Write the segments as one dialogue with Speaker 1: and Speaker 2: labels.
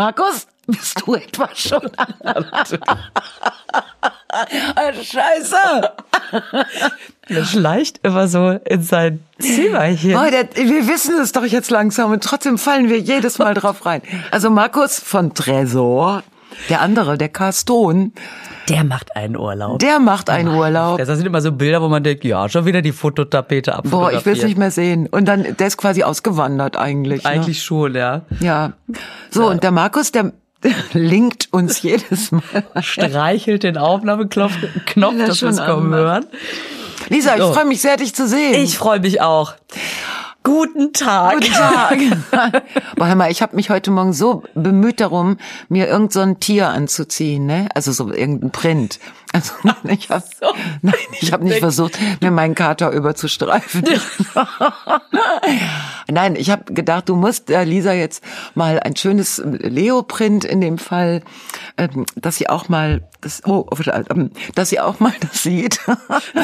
Speaker 1: Markus, bist du etwa schon Scheiße!
Speaker 2: Er schleicht immer so in sein Zimmerchen.
Speaker 1: Boah, der, wir wissen es doch jetzt langsam und trotzdem fallen wir jedes Mal drauf rein. Also Markus von Tresor, der andere, der Carston,
Speaker 2: Der macht einen Urlaub.
Speaker 1: der macht einen Urlaub.
Speaker 2: Das sind immer so Bilder, wo man denkt, ja, schon wieder die Fototapete ab.
Speaker 1: Boah, ich will es nicht mehr sehen. Und dann, der ist quasi ausgewandert eigentlich. Ne?
Speaker 2: Eigentlich schon, ja.
Speaker 1: Ja. So, und der Markus, der linkt uns jedes Mal.
Speaker 2: Streichelt den Aufnahmeknopf, Knopf,
Speaker 1: Das
Speaker 2: dass wir es
Speaker 1: schon
Speaker 2: kaum hören.
Speaker 1: Lisa, ich
Speaker 2: So.
Speaker 1: freue mich sehr, dich zu sehen.
Speaker 2: Ich freue mich auch. Guten Tag.
Speaker 1: Guten Tag. Boah, hör mal, ich habe mich heute Morgen so bemüht darum, mir irgend so ein Tier anzuziehen, ne? Also so irgendein Print. Also ich habe nein, ich habe nicht versucht, mir meinen Kater überzustreifen. nein, ich habe gedacht, du musst äh, Lisa jetzt mal ein schönes äh, Leo-Print in dem Fall, ähm, dass sie auch mal das, oh, ähm, dass sie auch mal das sieht.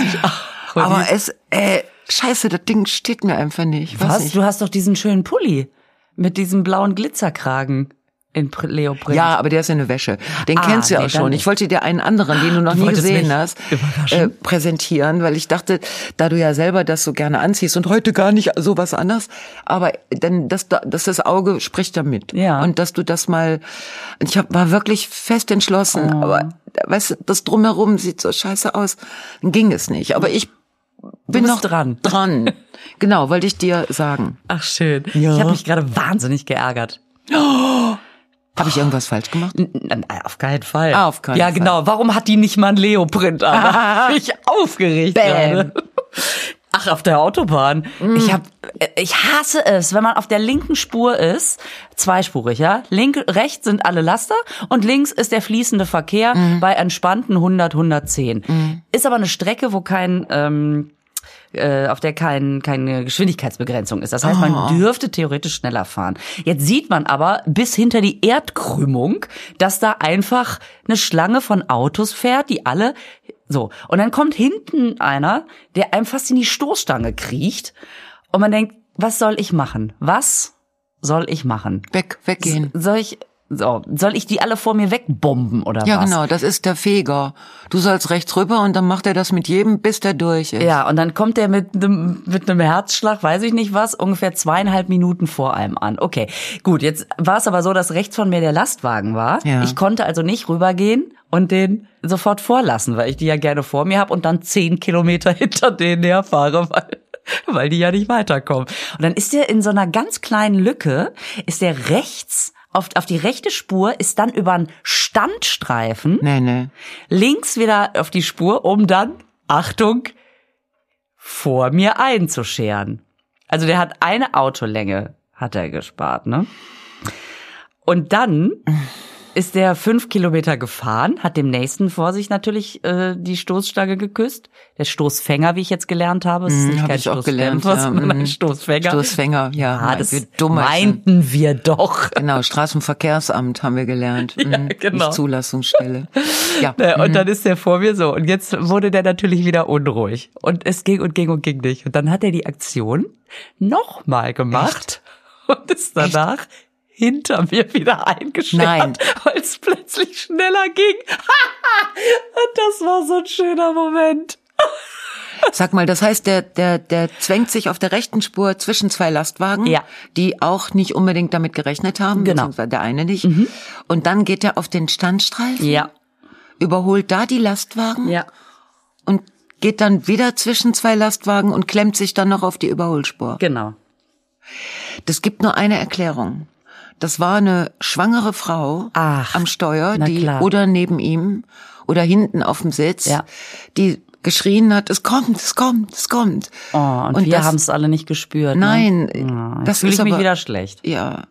Speaker 1: Aber es, äh, scheiße, das Ding steht mir einfach nicht. Weiß
Speaker 2: Was?
Speaker 1: nicht.
Speaker 2: Du hast doch diesen schönen Pulli mit diesem blauen Glitzerkragen in Pr- Leoprint.
Speaker 1: Ja, aber der ist ja eine Wäsche. Den
Speaker 2: Ah,
Speaker 1: kennst du ja
Speaker 2: nee,
Speaker 1: auch schon.
Speaker 2: dann
Speaker 1: Ich wollte dir einen anderen, den du noch
Speaker 2: Du
Speaker 1: nie
Speaker 2: wolltest
Speaker 1: gesehen
Speaker 2: mich
Speaker 1: hast,
Speaker 2: überraschen?
Speaker 1: äh, präsentieren, weil ich dachte, da du ja selber das so gerne anziehst und heute gar nicht so was anderes, aber denn das, das, das Auge spricht damit.
Speaker 2: Ja.
Speaker 1: Und dass du das mal, ich hab, war wirklich fest entschlossen,
Speaker 2: Ah.
Speaker 1: aber weißt du, das Drumherum sieht so scheiße aus, dann ging es nicht. Aber ich bin
Speaker 2: bist
Speaker 1: noch
Speaker 2: dran.
Speaker 1: Dran. genau, wollte ich dir sagen.
Speaker 2: Ach schön.
Speaker 1: Ja.
Speaker 2: Ich habe mich gerade wahnsinnig geärgert.
Speaker 1: Habe ich irgendwas falsch gemacht?
Speaker 2: N- n- Auf keinen Fall.
Speaker 1: Ah, auf keinen
Speaker 2: ja,
Speaker 1: Fall.
Speaker 2: genau. Warum hat die nicht mal einen Leoprint an? Da bin ich aufgeregt.
Speaker 1: Bam. Mm.
Speaker 2: gerade. Ach, auf der Autobahn. Ich hab, äh, ich hasse es, wenn man auf der linken Spur ist, zweispurig, ja. Link, rechts sind alle Laster und links ist der fließende Verkehr
Speaker 1: Mm.
Speaker 2: bei entspannten 100, 110. Ist aber eine Strecke, wo kein, ähm, äh, auf der kein, keine Geschwindigkeitsbegrenzung ist. Das heißt,
Speaker 1: Oh.
Speaker 2: man dürfte theoretisch schneller fahren. Jetzt sieht man aber bis hinter die Erdkrümmung, dass da einfach eine Schlange von Autos fährt, die alle so. Und dann kommt hinten einer, der einem fast in die Stoßstange kriecht. Und man denkt, was soll ich machen? Was soll ich machen?
Speaker 1: Weg, weggehen.
Speaker 2: Soll ich, so, soll ich die alle vor mir wegbomben oder
Speaker 1: Ja,
Speaker 2: was?
Speaker 1: genau, das ist der Feger. Du sollst rechts rüber und dann macht er das mit jedem, bis der durch ist.
Speaker 2: Ja, und dann kommt der mit einem mit einem Herzschlag, weiß ich nicht was, ungefähr zweieinhalb Minuten vor einem an. Okay, gut, jetzt war es aber so, dass rechts von mir der Lastwagen war.
Speaker 1: Ja.
Speaker 2: Ich konnte also nicht rübergehen und den sofort vorlassen, weil ich die ja gerne vor mir habe und dann zehn Kilometer hinter denen herfahre, weil weil die ja nicht weiterkommen. Und dann ist der in so einer ganz kleinen Lücke, ist der rechts auf, auf die rechte Spur, ist dann über einen Standstreifen
Speaker 1: Nee, nee.
Speaker 2: links wieder auf die Spur, um dann, Achtung, vor mir einzuscheren. Also der hat eine Autolänge, hat er gespart, ne? Und dann ist der fünf Kilometer gefahren, hat dem nächsten vor sich natürlich äh, die Stoßstange geküsst. Der Stoßfänger, wie ich jetzt gelernt habe, es ist nicht
Speaker 1: Mhm, hab
Speaker 2: kein
Speaker 1: ich auch
Speaker 2: Stoßdämpfer,
Speaker 1: gelernt, ja,
Speaker 2: sondern
Speaker 1: mhm.
Speaker 2: ein Stoßfänger.
Speaker 1: Stoßfänger, ja.
Speaker 2: ah,
Speaker 1: mein,
Speaker 2: das
Speaker 1: wir Dumme sind.
Speaker 2: meinten wir doch.
Speaker 1: Genau, Straßenverkehrsamt haben wir gelernt. ja,
Speaker 2: genau.
Speaker 1: Nicht Zulassungsstelle. Ja.
Speaker 2: Ne, Und dann ist der vor mir so. Und jetzt wurde der natürlich wieder unruhig. Und es ging und ging und ging nicht. Und dann hat er die Aktion nochmal gemacht und ist danach hinter mir wieder
Speaker 1: Nein.
Speaker 2: eingeschneit, weil es plötzlich schneller ging. und das war so ein schöner Moment.
Speaker 1: Sag mal, das heißt, der, der, der zwängt sich auf der rechten Spur zwischen zwei Lastwagen,
Speaker 2: Ja.
Speaker 1: die auch nicht unbedingt damit gerechnet haben,
Speaker 2: Genau. Mhm.
Speaker 1: beziehungsweise der eine nicht. Und dann geht er auf den Standstreifen,
Speaker 2: Ja,
Speaker 1: überholt da die Lastwagen
Speaker 2: ja.
Speaker 1: und geht dann wieder zwischen zwei Lastwagen und klemmt sich dann noch auf die Überholspur.
Speaker 2: Genau.
Speaker 1: Das gibt nur eine Erklärung. Das war eine schwangere Frau
Speaker 2: Ach,
Speaker 1: am Steuer,
Speaker 2: na
Speaker 1: die
Speaker 2: klar.
Speaker 1: oder neben ihm oder hinten auf dem Sitz,
Speaker 2: Ja.
Speaker 1: die geschrien hat, es kommt, es kommt, es kommt.
Speaker 2: Oh, und, wir
Speaker 1: das-
Speaker 2: haben es alle nicht gespürt.
Speaker 1: Nein,
Speaker 2: Ne? Oh,
Speaker 1: das
Speaker 2: fühle
Speaker 1: ist
Speaker 2: ich mich
Speaker 1: aber-
Speaker 2: wieder schlecht.
Speaker 1: Ja.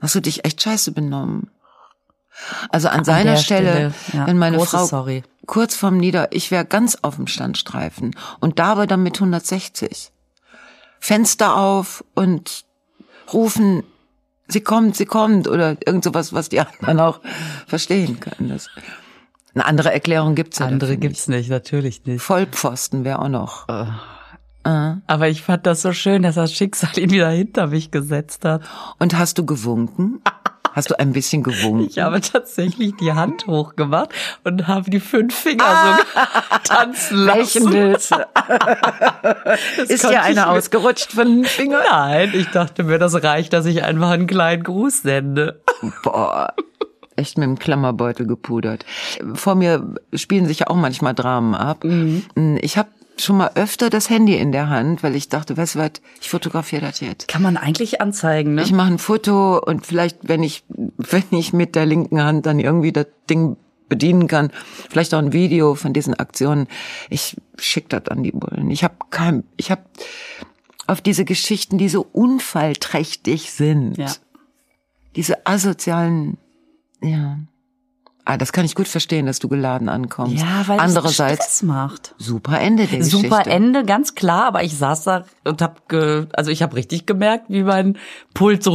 Speaker 1: Hast du dich echt scheiße benommen? Also an, seiner
Speaker 2: der
Speaker 1: Stelle,
Speaker 2: Stelle, ja,
Speaker 1: wenn meine
Speaker 2: großes
Speaker 1: Frau
Speaker 2: Sorry.
Speaker 1: kurz vorm Nieder, ich wäre ganz auf dem Standstreifen und da aber dann mit 160. Fenster auf und rufen, sie kommt, sie kommt oder irgend sowas, was die anderen auch verstehen können. Das, eine andere Erklärung gibt's ja
Speaker 2: Andere
Speaker 1: dafür
Speaker 2: gibt's nicht, natürlich nicht.
Speaker 1: nicht. Vollpfosten wäre auch noch.
Speaker 2: Aber ich fand das so schön, dass das Schicksal ihn wieder hinter mich gesetzt hat.
Speaker 1: Und hast du gewunken? Hast du ein bisschen gewunken?
Speaker 2: Ich habe tatsächlich die Hand hochgemacht und habe die fünf Finger so tanzen
Speaker 1: Welchen
Speaker 2: lassen.
Speaker 1: willst du? Ist
Speaker 2: konnte
Speaker 1: dir
Speaker 2: ich
Speaker 1: einer
Speaker 2: mir-
Speaker 1: ausgerutscht von den Fingern?
Speaker 2: Nein, ich dachte mir, das reicht, dass ich einfach einen kleinen Gruß sende.
Speaker 1: Boah. Echt mit dem Klammerbeutel gepudert. Vor mir spielen sich ja auch manchmal Dramen ab.
Speaker 2: Mhm.
Speaker 1: Ich habe schon mal öfter das Handy in der Hand, weil ich dachte, weißt du was, ich fotografiere das jetzt.
Speaker 2: Kann man eigentlich anzeigen, ne?
Speaker 1: Ich mache ein Foto und vielleicht, wenn ich, wenn ich mit der linken Hand dann irgendwie das Ding bedienen kann, vielleicht auch ein Video von diesen Aktionen. Ich schick das an die Bullen. Ich habe kein, ich habe auf diese Geschichten, die so unfallträchtig sind,
Speaker 2: Ja.
Speaker 1: diese asozialen, ja. Ah, das kann ich gut verstehen, dass du geladen ankommst.
Speaker 2: Ja, weil
Speaker 1: Andererseits,
Speaker 2: es Stress macht.
Speaker 1: super Ende der Geschichte.
Speaker 2: Super Ende, ganz klar, aber ich saß da und hab ge, also ich habe richtig gemerkt, wie mein Puls so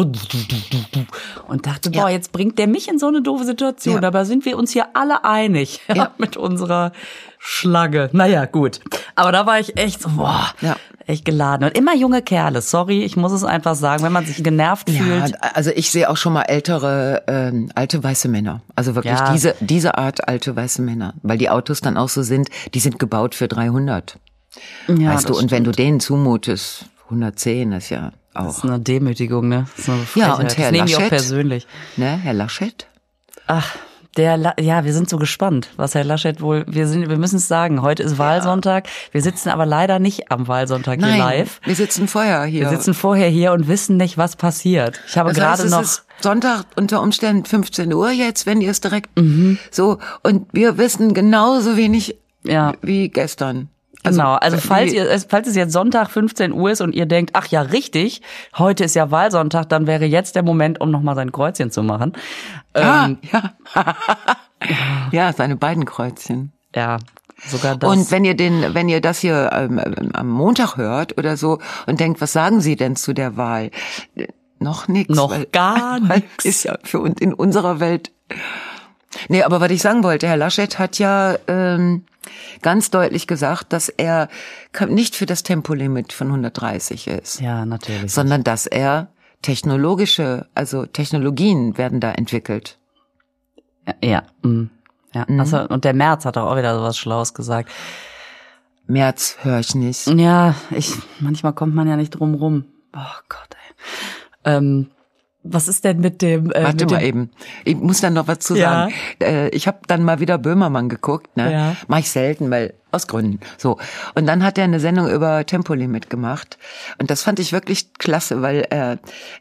Speaker 2: und dachte, boah, jetzt bringt der mich in so eine doofe Situation.
Speaker 1: Ja.
Speaker 2: Dabei sind wir uns hier alle einig
Speaker 1: Ja.
Speaker 2: mit unserer Schlange. Naja, gut. Aber da war ich echt so, boah,
Speaker 1: Ja.
Speaker 2: echt geladen. Und immer junge Kerle, sorry, ich muss es einfach sagen, wenn man sich genervt
Speaker 1: Ja,
Speaker 2: fühlt.
Speaker 1: also ich sehe auch schon mal ältere, ähm, alte weiße Männer. Also wirklich
Speaker 2: Ja.
Speaker 1: diese, diese Art alte weiße Männer. Weil die Autos dann auch so sind, die sind gebaut für 300.
Speaker 2: Ja,
Speaker 1: weißt du,
Speaker 2: das
Speaker 1: und wenn du denen zumutest, 110 ist ja
Speaker 2: Das
Speaker 1: auch.
Speaker 2: ist eine Demütigung, ne? Das ist eine
Speaker 1: Ja,
Speaker 2: Frechheit.
Speaker 1: und Herr
Speaker 2: das nehmen die auch
Speaker 1: Laschet?
Speaker 2: persönlich.
Speaker 1: Ne, Herr Laschet?
Speaker 2: Ach, der La ja, wir sind so gespannt, was Herr Laschet wohl. Wir sind, wir müssen es sagen. Heute ist Wahlsonntag. Wir sitzen aber leider nicht am Wahlsonntag hier live.
Speaker 1: wir sitzen vorher hier.
Speaker 2: Wir sitzen vorher hier und wissen nicht, was passiert. Ich habe
Speaker 1: Das heißt,
Speaker 2: gerade
Speaker 1: es
Speaker 2: noch.
Speaker 1: Ist Sonntag unter Umständen 15 Uhr jetzt, wenn ihr es direkt
Speaker 2: Mhm.
Speaker 1: so. Und wir wissen genauso wenig
Speaker 2: Ja.
Speaker 1: wie gestern.
Speaker 2: genau, also falls,
Speaker 1: wie-
Speaker 2: ihr, es- falls es jetzt Sonntag 15 Uhr ist und ihr denkt, ach ja, richtig, heute ist ja Wahlsonntag, dann wäre jetzt der Moment, um nochmal sein Kreuzchen zu machen.
Speaker 1: Ah,
Speaker 2: Ähm,
Speaker 1: ja. ja, seine beiden Kreuzchen.
Speaker 2: ja, sogar das.
Speaker 1: Und wenn ihr den, wenn ihr das hier ähm, ähm, am Montag hört oder so und denkt, was sagen Sie denn zu der Wahl? Äh, Noch nichts.
Speaker 2: Noch gar nix.
Speaker 1: Ist ja für uns in unserer Welt. Nee, aber was ich sagen wollte, Herr Laschet hat ja ähm, ganz deutlich gesagt, dass er ka- nicht für das Tempolimit von 130 ist,
Speaker 2: ja, natürlich.
Speaker 1: sondern dass er technologische, also Technologien werden da entwickelt.
Speaker 2: Ja. mm. Ja,
Speaker 1: Mhm.
Speaker 2: also, und der März hat doch auch wieder sowas Schlaues gesagt.
Speaker 1: März höre ich nicht.
Speaker 2: Ja, ich, manchmal kommt man ja nicht drum rum. Oh Gott, ey. Ähm, was ist denn mit dem, äh,
Speaker 1: Warte
Speaker 2: mit
Speaker 1: mal
Speaker 2: dem
Speaker 1: eben. Ich muss dann noch was zu
Speaker 2: Ja.
Speaker 1: sagen. Äh, Ich habe dann mal wieder Böhmermann geguckt, ne?
Speaker 2: Ja.
Speaker 1: Mach ich selten, weil aus Gründen. So. Und dann hat er eine Sendung über Tempolimit gemacht und das fand ich wirklich klasse, weil äh,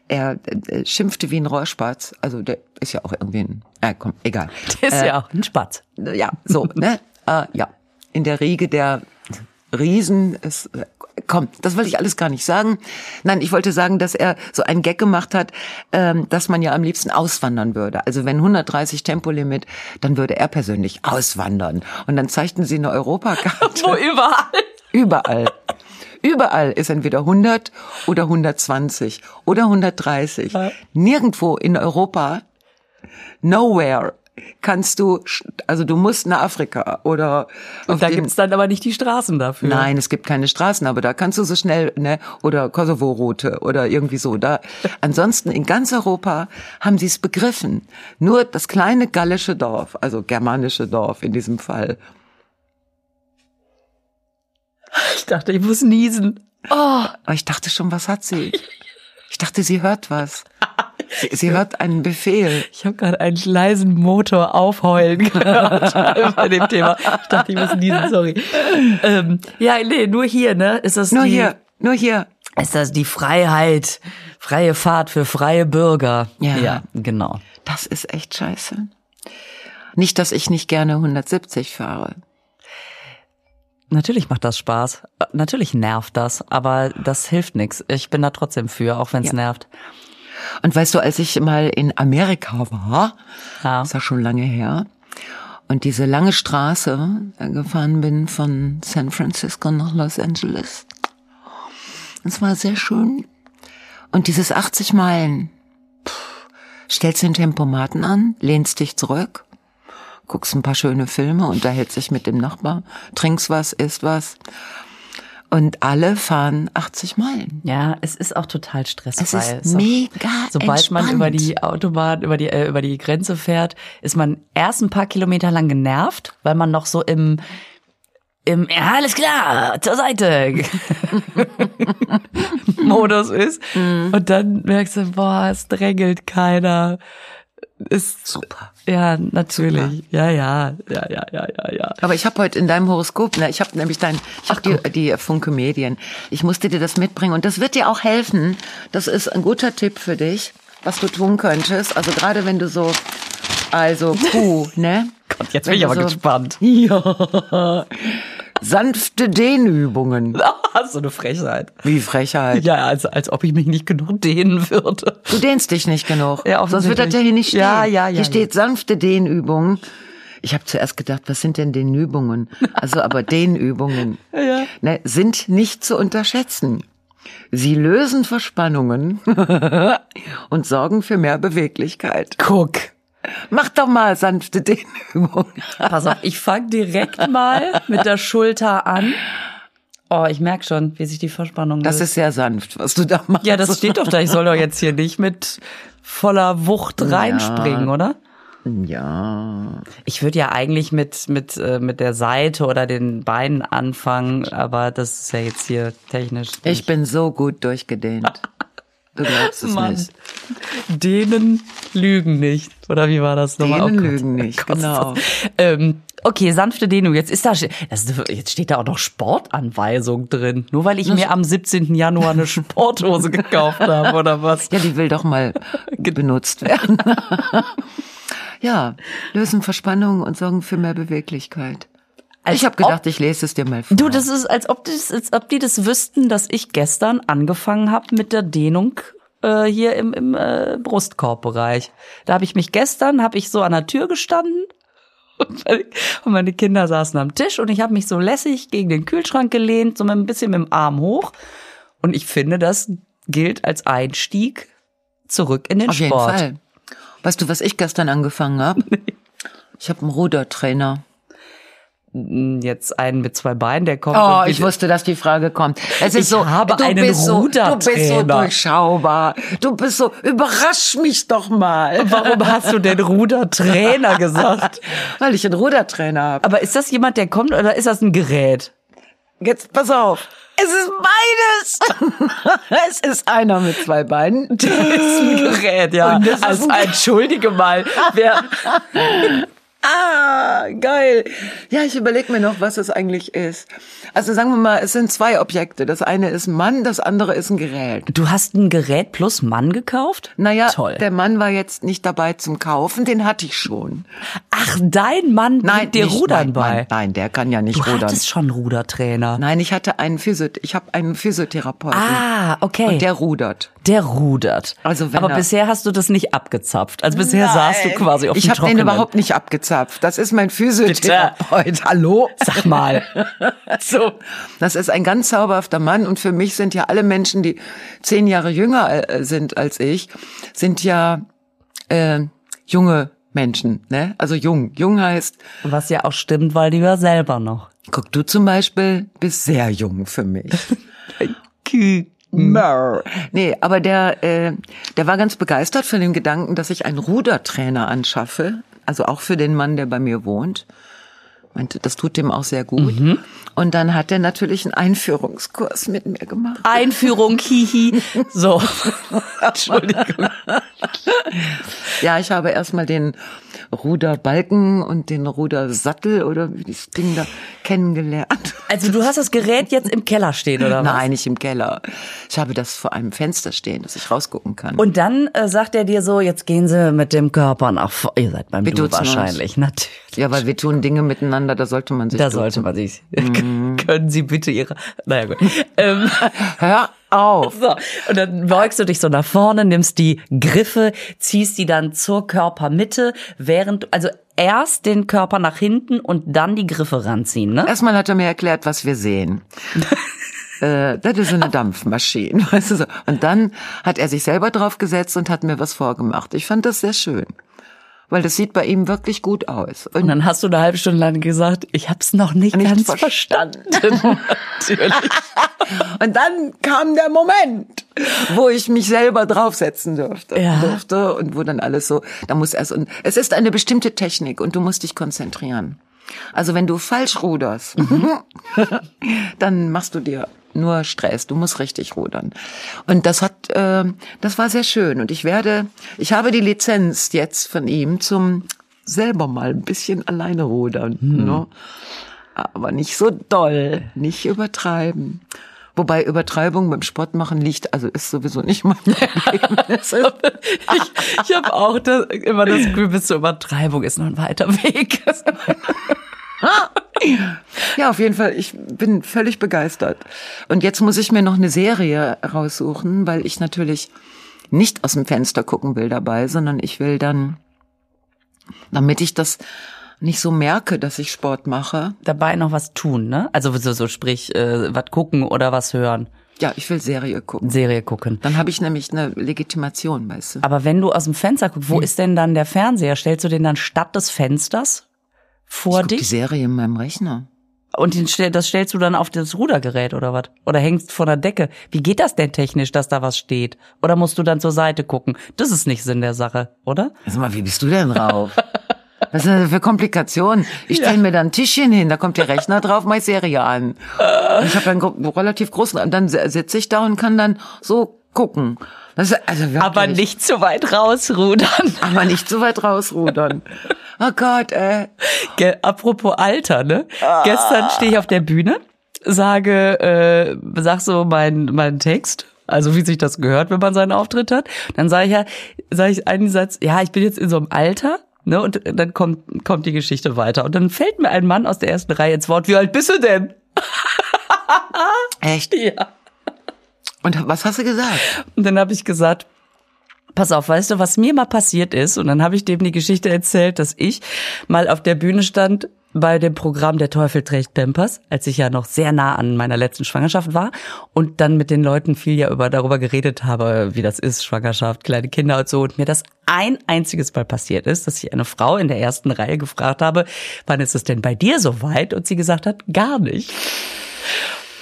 Speaker 1: er äh, schimpfte wie ein Rohrspatz. Also der ist ja auch irgendwie ein äh, komm, egal.
Speaker 2: ist
Speaker 1: äh,
Speaker 2: ja auch ein Spatz.
Speaker 1: Ja, so, ne? äh, ja. In der Riege der Riesen ist äh, Komm, das will ich alles gar nicht sagen. Nein, ich wollte sagen, dass er so einen Gag gemacht hat, ähm, dass man ja am liebsten auswandern würde. Also wenn 130 Tempolimit, dann würde er persönlich auswandern. Und dann zeigten sie eine Europakarte.
Speaker 2: Wo überall.
Speaker 1: Überall. Überall ist entweder 100 oder 120 oder 130.
Speaker 2: Ja.
Speaker 1: Nirgendwo in Europa, nowhere, kannst du, sch- also du musst nach Afrika oder auf
Speaker 2: Da
Speaker 1: den-
Speaker 2: gibt's dann aber nicht die Straßen dafür.
Speaker 1: Nein, es gibt keine Straßen, aber da kannst du so schnell, ne, oder Kosovo-Route oder irgendwie so. Da, ansonsten in ganz Europa haben sie es begriffen. Nur das kleine gallische Dorf, also germanische Dorf in diesem Fall,
Speaker 2: Ich dachte, ich muss niesen. Oh,
Speaker 1: Aber ich dachte schon, was hat sie? Ich dachte, sie hört was. Sie, sie hört einen Befehl.
Speaker 2: ich habe gerade einen leisen Motor aufheulen gehört bei dem Thema. Ich dachte, ich muss niesen, sorry. Ähm, ja, nee, nur hier, ne? Ist das
Speaker 1: Nur
Speaker 2: die,
Speaker 1: hier, nur hier.
Speaker 2: Ist das die Freiheit? Freie Fahrt für freie Bürger.
Speaker 1: Ja.
Speaker 2: genau.
Speaker 1: Das ist echt scheiße. Nicht, dass ich nicht gerne 170 fahre.
Speaker 2: Natürlich macht das Spaß. Äh, Natürlich nervt das, aber das hilft nichts. Ich bin da trotzdem für, auch wenn es
Speaker 1: Ja.
Speaker 2: nervt.
Speaker 1: Und weißt du, als ich mal in Amerika war,
Speaker 2: Ja.
Speaker 1: ist ja schon lange her, und diese lange Straße äh, gefahren bin von San Francisco nach Los Angeles, es war sehr schön. Und dieses 80 Meilen, pff, stellst den Tempomaten an, lehnst dich zurück, guckst ein paar schöne Filme, unterhältst dich mit dem Nachbar, trinkst was, isst was. Und alle fahren 80 Meilen.
Speaker 2: Ja, es ist auch total stressfrei.
Speaker 1: Es ist
Speaker 2: auch-
Speaker 1: mega
Speaker 2: Sobald man über
Speaker 1: entspannt.
Speaker 2: die Autobahn, über die, äh, über die Grenze fährt, ist man erst ein paar Kilometer lang genervt, weil man noch so im, im, ja, alles klar, zur Seite Modus ist. Und dann merkst du, boah, es drängelt keiner. Ist,
Speaker 1: Super.
Speaker 2: ja, natürlich. Ja, ja, ja, ja, ja, ja, ja.
Speaker 1: Aber ich habe heute in deinem Horoskop, ne, ich habe nämlich dein, ich hab die, die Funke Medien. Ich musste dir das mitbringen und das wird dir auch helfen. Das ist ein guter Tipp für dich, was du tun könntest. Also gerade wenn du so, also Kuh, ne?
Speaker 2: Gott, jetzt
Speaker 1: Wenn
Speaker 2: bin ich
Speaker 1: du
Speaker 2: aber
Speaker 1: so
Speaker 2: gespannt.
Speaker 1: Sanfte Dehnübungen.
Speaker 2: so eine Frechheit.
Speaker 1: Wie Frechheit.
Speaker 2: Ja, als, als ob ich mich nicht genug dehnen würde.
Speaker 1: Du dehnst dich nicht genug.
Speaker 2: Ja,
Speaker 1: Sonst wird das ja hier nicht stehen.
Speaker 2: Ja, ja, ja,
Speaker 1: Hier
Speaker 2: ja.
Speaker 1: steht sanfte Dehnübungen. Ich habe zuerst gedacht, was sind denn Dehnübungen? Also aber Dehnübungen
Speaker 2: Ja.
Speaker 1: ne, sind nicht zu unterschätzen. Sie lösen Verspannungen und sorgen für mehr Beweglichkeit.
Speaker 2: Guck.
Speaker 1: Mach doch mal sanfte Dehnübungen.
Speaker 2: Pass auf, ich fange direkt mal mit der Schulter an. Oh, ich merk schon, wie sich die Verspannung
Speaker 1: Das
Speaker 2: löst.
Speaker 1: ist sehr sanft, was du da machst.
Speaker 2: Ja, das steht doch da. Ich soll doch jetzt hier nicht mit voller Wucht reinspringen, oder?
Speaker 1: Ja.
Speaker 2: Ich würde ja eigentlich mit, mit, äh, mit der Seite oder den Beinen anfangen, aber das ist ja jetzt hier technisch.
Speaker 1: Ich bin so gut durchgedehnt. Du glaubst es
Speaker 2: Mann.
Speaker 1: nicht.
Speaker 2: Denen lügen nicht. Oder wie war das nochmal?
Speaker 1: Denen
Speaker 2: Oh Gott.
Speaker 1: lügen nicht,
Speaker 2: Gott, ist das-
Speaker 1: genau.
Speaker 2: Ähm, okay, sanfte Dehnung. Jetzt ist da, das ist, jetzt steht da auch noch Sportanweisung drin. Nur weil ich mir am 17. Januar eine Sporthose gekauft habe, oder was?
Speaker 1: Ja, die will doch mal benutzt werden. ja, lösen Verspannungen und sorgen für mehr Beweglichkeit.
Speaker 2: Als
Speaker 1: ich habe gedacht, ich lese es dir mal vor.
Speaker 2: Du, das ist, als ob, das, als ob die das wüssten, dass ich gestern angefangen habe mit der Dehnung äh, hier im, im äh, Brustkorbbereich. Da habe ich mich gestern, habe ich so an der Tür gestanden und meine, und meine Kinder saßen am Tisch und ich habe mich so lässig gegen den Kühlschrank gelehnt, so mit ein bisschen mit dem Arm hoch. Und ich finde, das gilt als Einstieg zurück in den
Speaker 1: Auf jeden
Speaker 2: Sport.
Speaker 1: Fall. Weißt du, was ich gestern angefangen habe? Ich habe einen Rudertrainer.
Speaker 2: Jetzt einen mit zwei Beinen, der kommt.
Speaker 1: Oh,
Speaker 2: irgendwie-
Speaker 1: ich wusste, dass die Frage kommt. Es ist
Speaker 2: Ich
Speaker 1: so,
Speaker 2: habe
Speaker 1: du
Speaker 2: einen
Speaker 1: bist so, du bist so
Speaker 2: Rudertrainer.
Speaker 1: durchschaubar. Du bist so, überrasch mich doch mal.
Speaker 2: Warum hast du denn Rudertrainer gesagt?
Speaker 1: Weil ich einen Rudertrainer habe.
Speaker 2: Aber ist das jemand, der kommt oder ist das ein Gerät?
Speaker 1: Jetzt pass auf. Es ist beides. es ist einer mit zwei Beinen.
Speaker 2: Das ist ein Gerät, ja.
Speaker 1: Und das ist
Speaker 2: also,
Speaker 1: ein-
Speaker 2: entschuldige mal. Wer,
Speaker 1: Ah, geil. Ja, ich überlege mir noch, was es eigentlich ist. Also sagen wir mal, es sind zwei Objekte. Das eine ist ein Mann, das andere ist ein Gerät.
Speaker 2: du hast ein Gerät plus Mann gekauft?
Speaker 1: Naja,
Speaker 2: Toll.
Speaker 1: der Mann war jetzt nicht dabei zum Kaufen, den hatte ich schon.
Speaker 2: Ach, dein Mann bringt dir
Speaker 1: nicht
Speaker 2: Rudern
Speaker 1: mein
Speaker 2: bei.
Speaker 1: Mann. Nein, der kann ja nicht
Speaker 2: du
Speaker 1: rudern.
Speaker 2: hattest schon Rudertrainer.
Speaker 1: Nein, ich hatte einen Physiotherapeuten. Ich habe einen Physiotherapeuten.
Speaker 2: Ah, okay.
Speaker 1: Und der rudert.
Speaker 2: Der rudert.
Speaker 1: Also wenn
Speaker 2: Aber
Speaker 1: er-
Speaker 2: bisher hast du das nicht abgezapft. Also bisher saßt du quasi auf
Speaker 1: Ich
Speaker 2: dem
Speaker 1: habe den
Speaker 2: Trockenen.
Speaker 1: überhaupt nicht abgezapft. Das ist mein Physiotherapeut. Hallo?
Speaker 2: Sag mal.
Speaker 1: So. Das ist ein ganz zauberhafter Mann und für mich sind ja alle Menschen, die zehn Jahre jünger äh, sind als ich, sind ja äh, junge Menschen. Ne? Also jung. Jung heißt,
Speaker 2: Was ja auch stimmt, weil die war selber noch.
Speaker 1: guck du zum Beispiel, bist sehr jung für mich.
Speaker 2: Kü-
Speaker 1: Mer. Nee, aber der, äh, der war ganz begeistert von dem Gedanken, dass ich einen Rudertrainer anschaffe. Also auch für den Mann, der bei mir wohnt. Meinte, das tut dem auch sehr gut. Und dann hat er natürlich einen Einführungskurs mit mir gemacht.
Speaker 2: Einführung, hihi. So. Entschuldigung.
Speaker 1: Ja, ich habe erstmal den Ruderbalken und den Rudersattel oder wie das Ding da kennengelernt.
Speaker 2: Also du hast das Gerät jetzt im Keller stehen, oder was?
Speaker 1: Nein, nicht im Keller. Ich habe das vor einem Fenster stehen, dass ich rausgucken kann.
Speaker 2: Und dann äh, sagt er dir so, jetzt gehen sie mit dem Körper nach vor. Ihr seid beim
Speaker 1: Wir
Speaker 2: Du
Speaker 1: duzen uns.
Speaker 2: wahrscheinlich, natürlich.
Speaker 1: ja, weil wir tun Dinge miteinander, da sollte man sich
Speaker 2: Da
Speaker 1: duzen.
Speaker 2: sollte man sich.
Speaker 1: Mhm.
Speaker 2: Können Sie bitte Ihre. Naja, gut. Ähm,
Speaker 1: Hör auf.
Speaker 2: so. Und dann beugst du dich so nach vorne, nimmst die Griffe, ziehst die dann zur Körpermitte, während. Also erst den Körper nach hinten und dann die Griffe ranziehen, ne?
Speaker 1: Erstmal hat er mir erklärt, was wir sehen. Äh, Das ist so eine Dampfmaschine, weißt du so. Und dann hat er sich selber draufgesetzt und hat mir was vorgemacht. Ich fand das sehr schön. Weil das sieht bei ihm wirklich gut aus.
Speaker 2: Und dann hast du eine halbe Stunde lang gesagt, ich hab's noch nicht,
Speaker 1: Nicht
Speaker 2: ganz
Speaker 1: verstanden.
Speaker 2: verstanden. Natürlich.
Speaker 1: Und dann kam der Moment, wo ich mich selber draufsetzen durfte,
Speaker 2: Ja.
Speaker 1: durfte und wo dann alles so, da muss erst und es ist eine bestimmte Technik und du musst dich konzentrieren. Also wenn du falsch ruderst, dann machst du dir nur Stress. Du musst richtig rudern. Und das hat, äh, das war sehr schön. Und ich werde, ich habe die Lizenz jetzt von ihm zum selber mal ein bisschen alleine rudern. Ne? aber nicht so doll, nicht übertreiben. Wobei Übertreibung beim Sport machen liegt, also ist sowieso nicht mein Problem. Das ist-
Speaker 2: Ich, ich habe auch das, immer das Gefühl, bis zur Übertreibung ist noch ein weiter Weg.
Speaker 1: ja, auf jeden Fall, ich bin völlig begeistert. Und jetzt muss ich mir noch eine Serie raussuchen, weil ich natürlich nicht aus dem Fenster gucken will dabei, sondern ich will dann, damit ich das nicht so merke, dass ich Sport mache.
Speaker 2: Dabei noch was tun, ne? Also so, so sprich, äh, was gucken oder was hören.
Speaker 1: Ja, ich will Serie gucken.
Speaker 2: Serie gucken.
Speaker 1: Dann habe ich nämlich eine Legitimation, weißt du.
Speaker 2: Aber wenn du aus dem Fenster guckst, wo ist denn dann der Fernseher? Stellst du den dann statt des Fensters vor
Speaker 1: Ich guck die
Speaker 2: dich?
Speaker 1: Serie in meinem Rechner.
Speaker 2: Und den, stell- das stellst du dann auf das Rudergerät oder was? Oder hängst von der Decke? Wie geht das denn technisch, dass da was steht? Oder musst du dann zur Seite gucken? Das ist nicht Sinn der Sache, oder?
Speaker 1: Sag mal, wie bist du denn drauf? Was sind das für Komplikationen? Ich stelle mir da ein Tischchen hin, da kommt der Rechner drauf, meine Serie an. Und ich habe einen gro- relativ großen, und dann sitze ich da und kann dann so gucken. Das ist also wirklich,
Speaker 2: Aber nicht zu weit rausrudern.
Speaker 1: aber nicht so weit rausrudern. Oh Gott, ey.
Speaker 2: Ge apropos Alter, ne? Gestern stehe ich auf der Bühne, sage, äh, sag so meinen meinen Text. Also wie sich das gehört, wenn man seinen Auftritt hat. Dann sage ich ja, sage ich einen Satz, ja, ich bin jetzt in so einem Alter, ne? Und dann kommt, kommt die Geschichte weiter. Und dann fällt mir ein Mann aus der ersten Reihe ins Wort, wie alt bist du denn?
Speaker 1: echt.
Speaker 2: Ja.
Speaker 1: Und was hast du gesagt?
Speaker 2: Und dann habe ich gesagt, pass auf, weißt du, was mir mal passiert ist? Und dann habe ich dem die Geschichte erzählt, dass ich mal auf der Bühne stand bei dem Programm Der Teufel trägt Pampers, als ich ja noch sehr nah an meiner letzten Schwangerschaft war und dann mit den Leuten viel ja über darüber geredet habe, wie das ist, Schwangerschaft, kleine Kinder und so und mir das ein einziges Mal passiert ist, dass ich eine Frau in der ersten Reihe gefragt habe, wann ist es denn bei dir so weit und sie gesagt hat, gar nicht.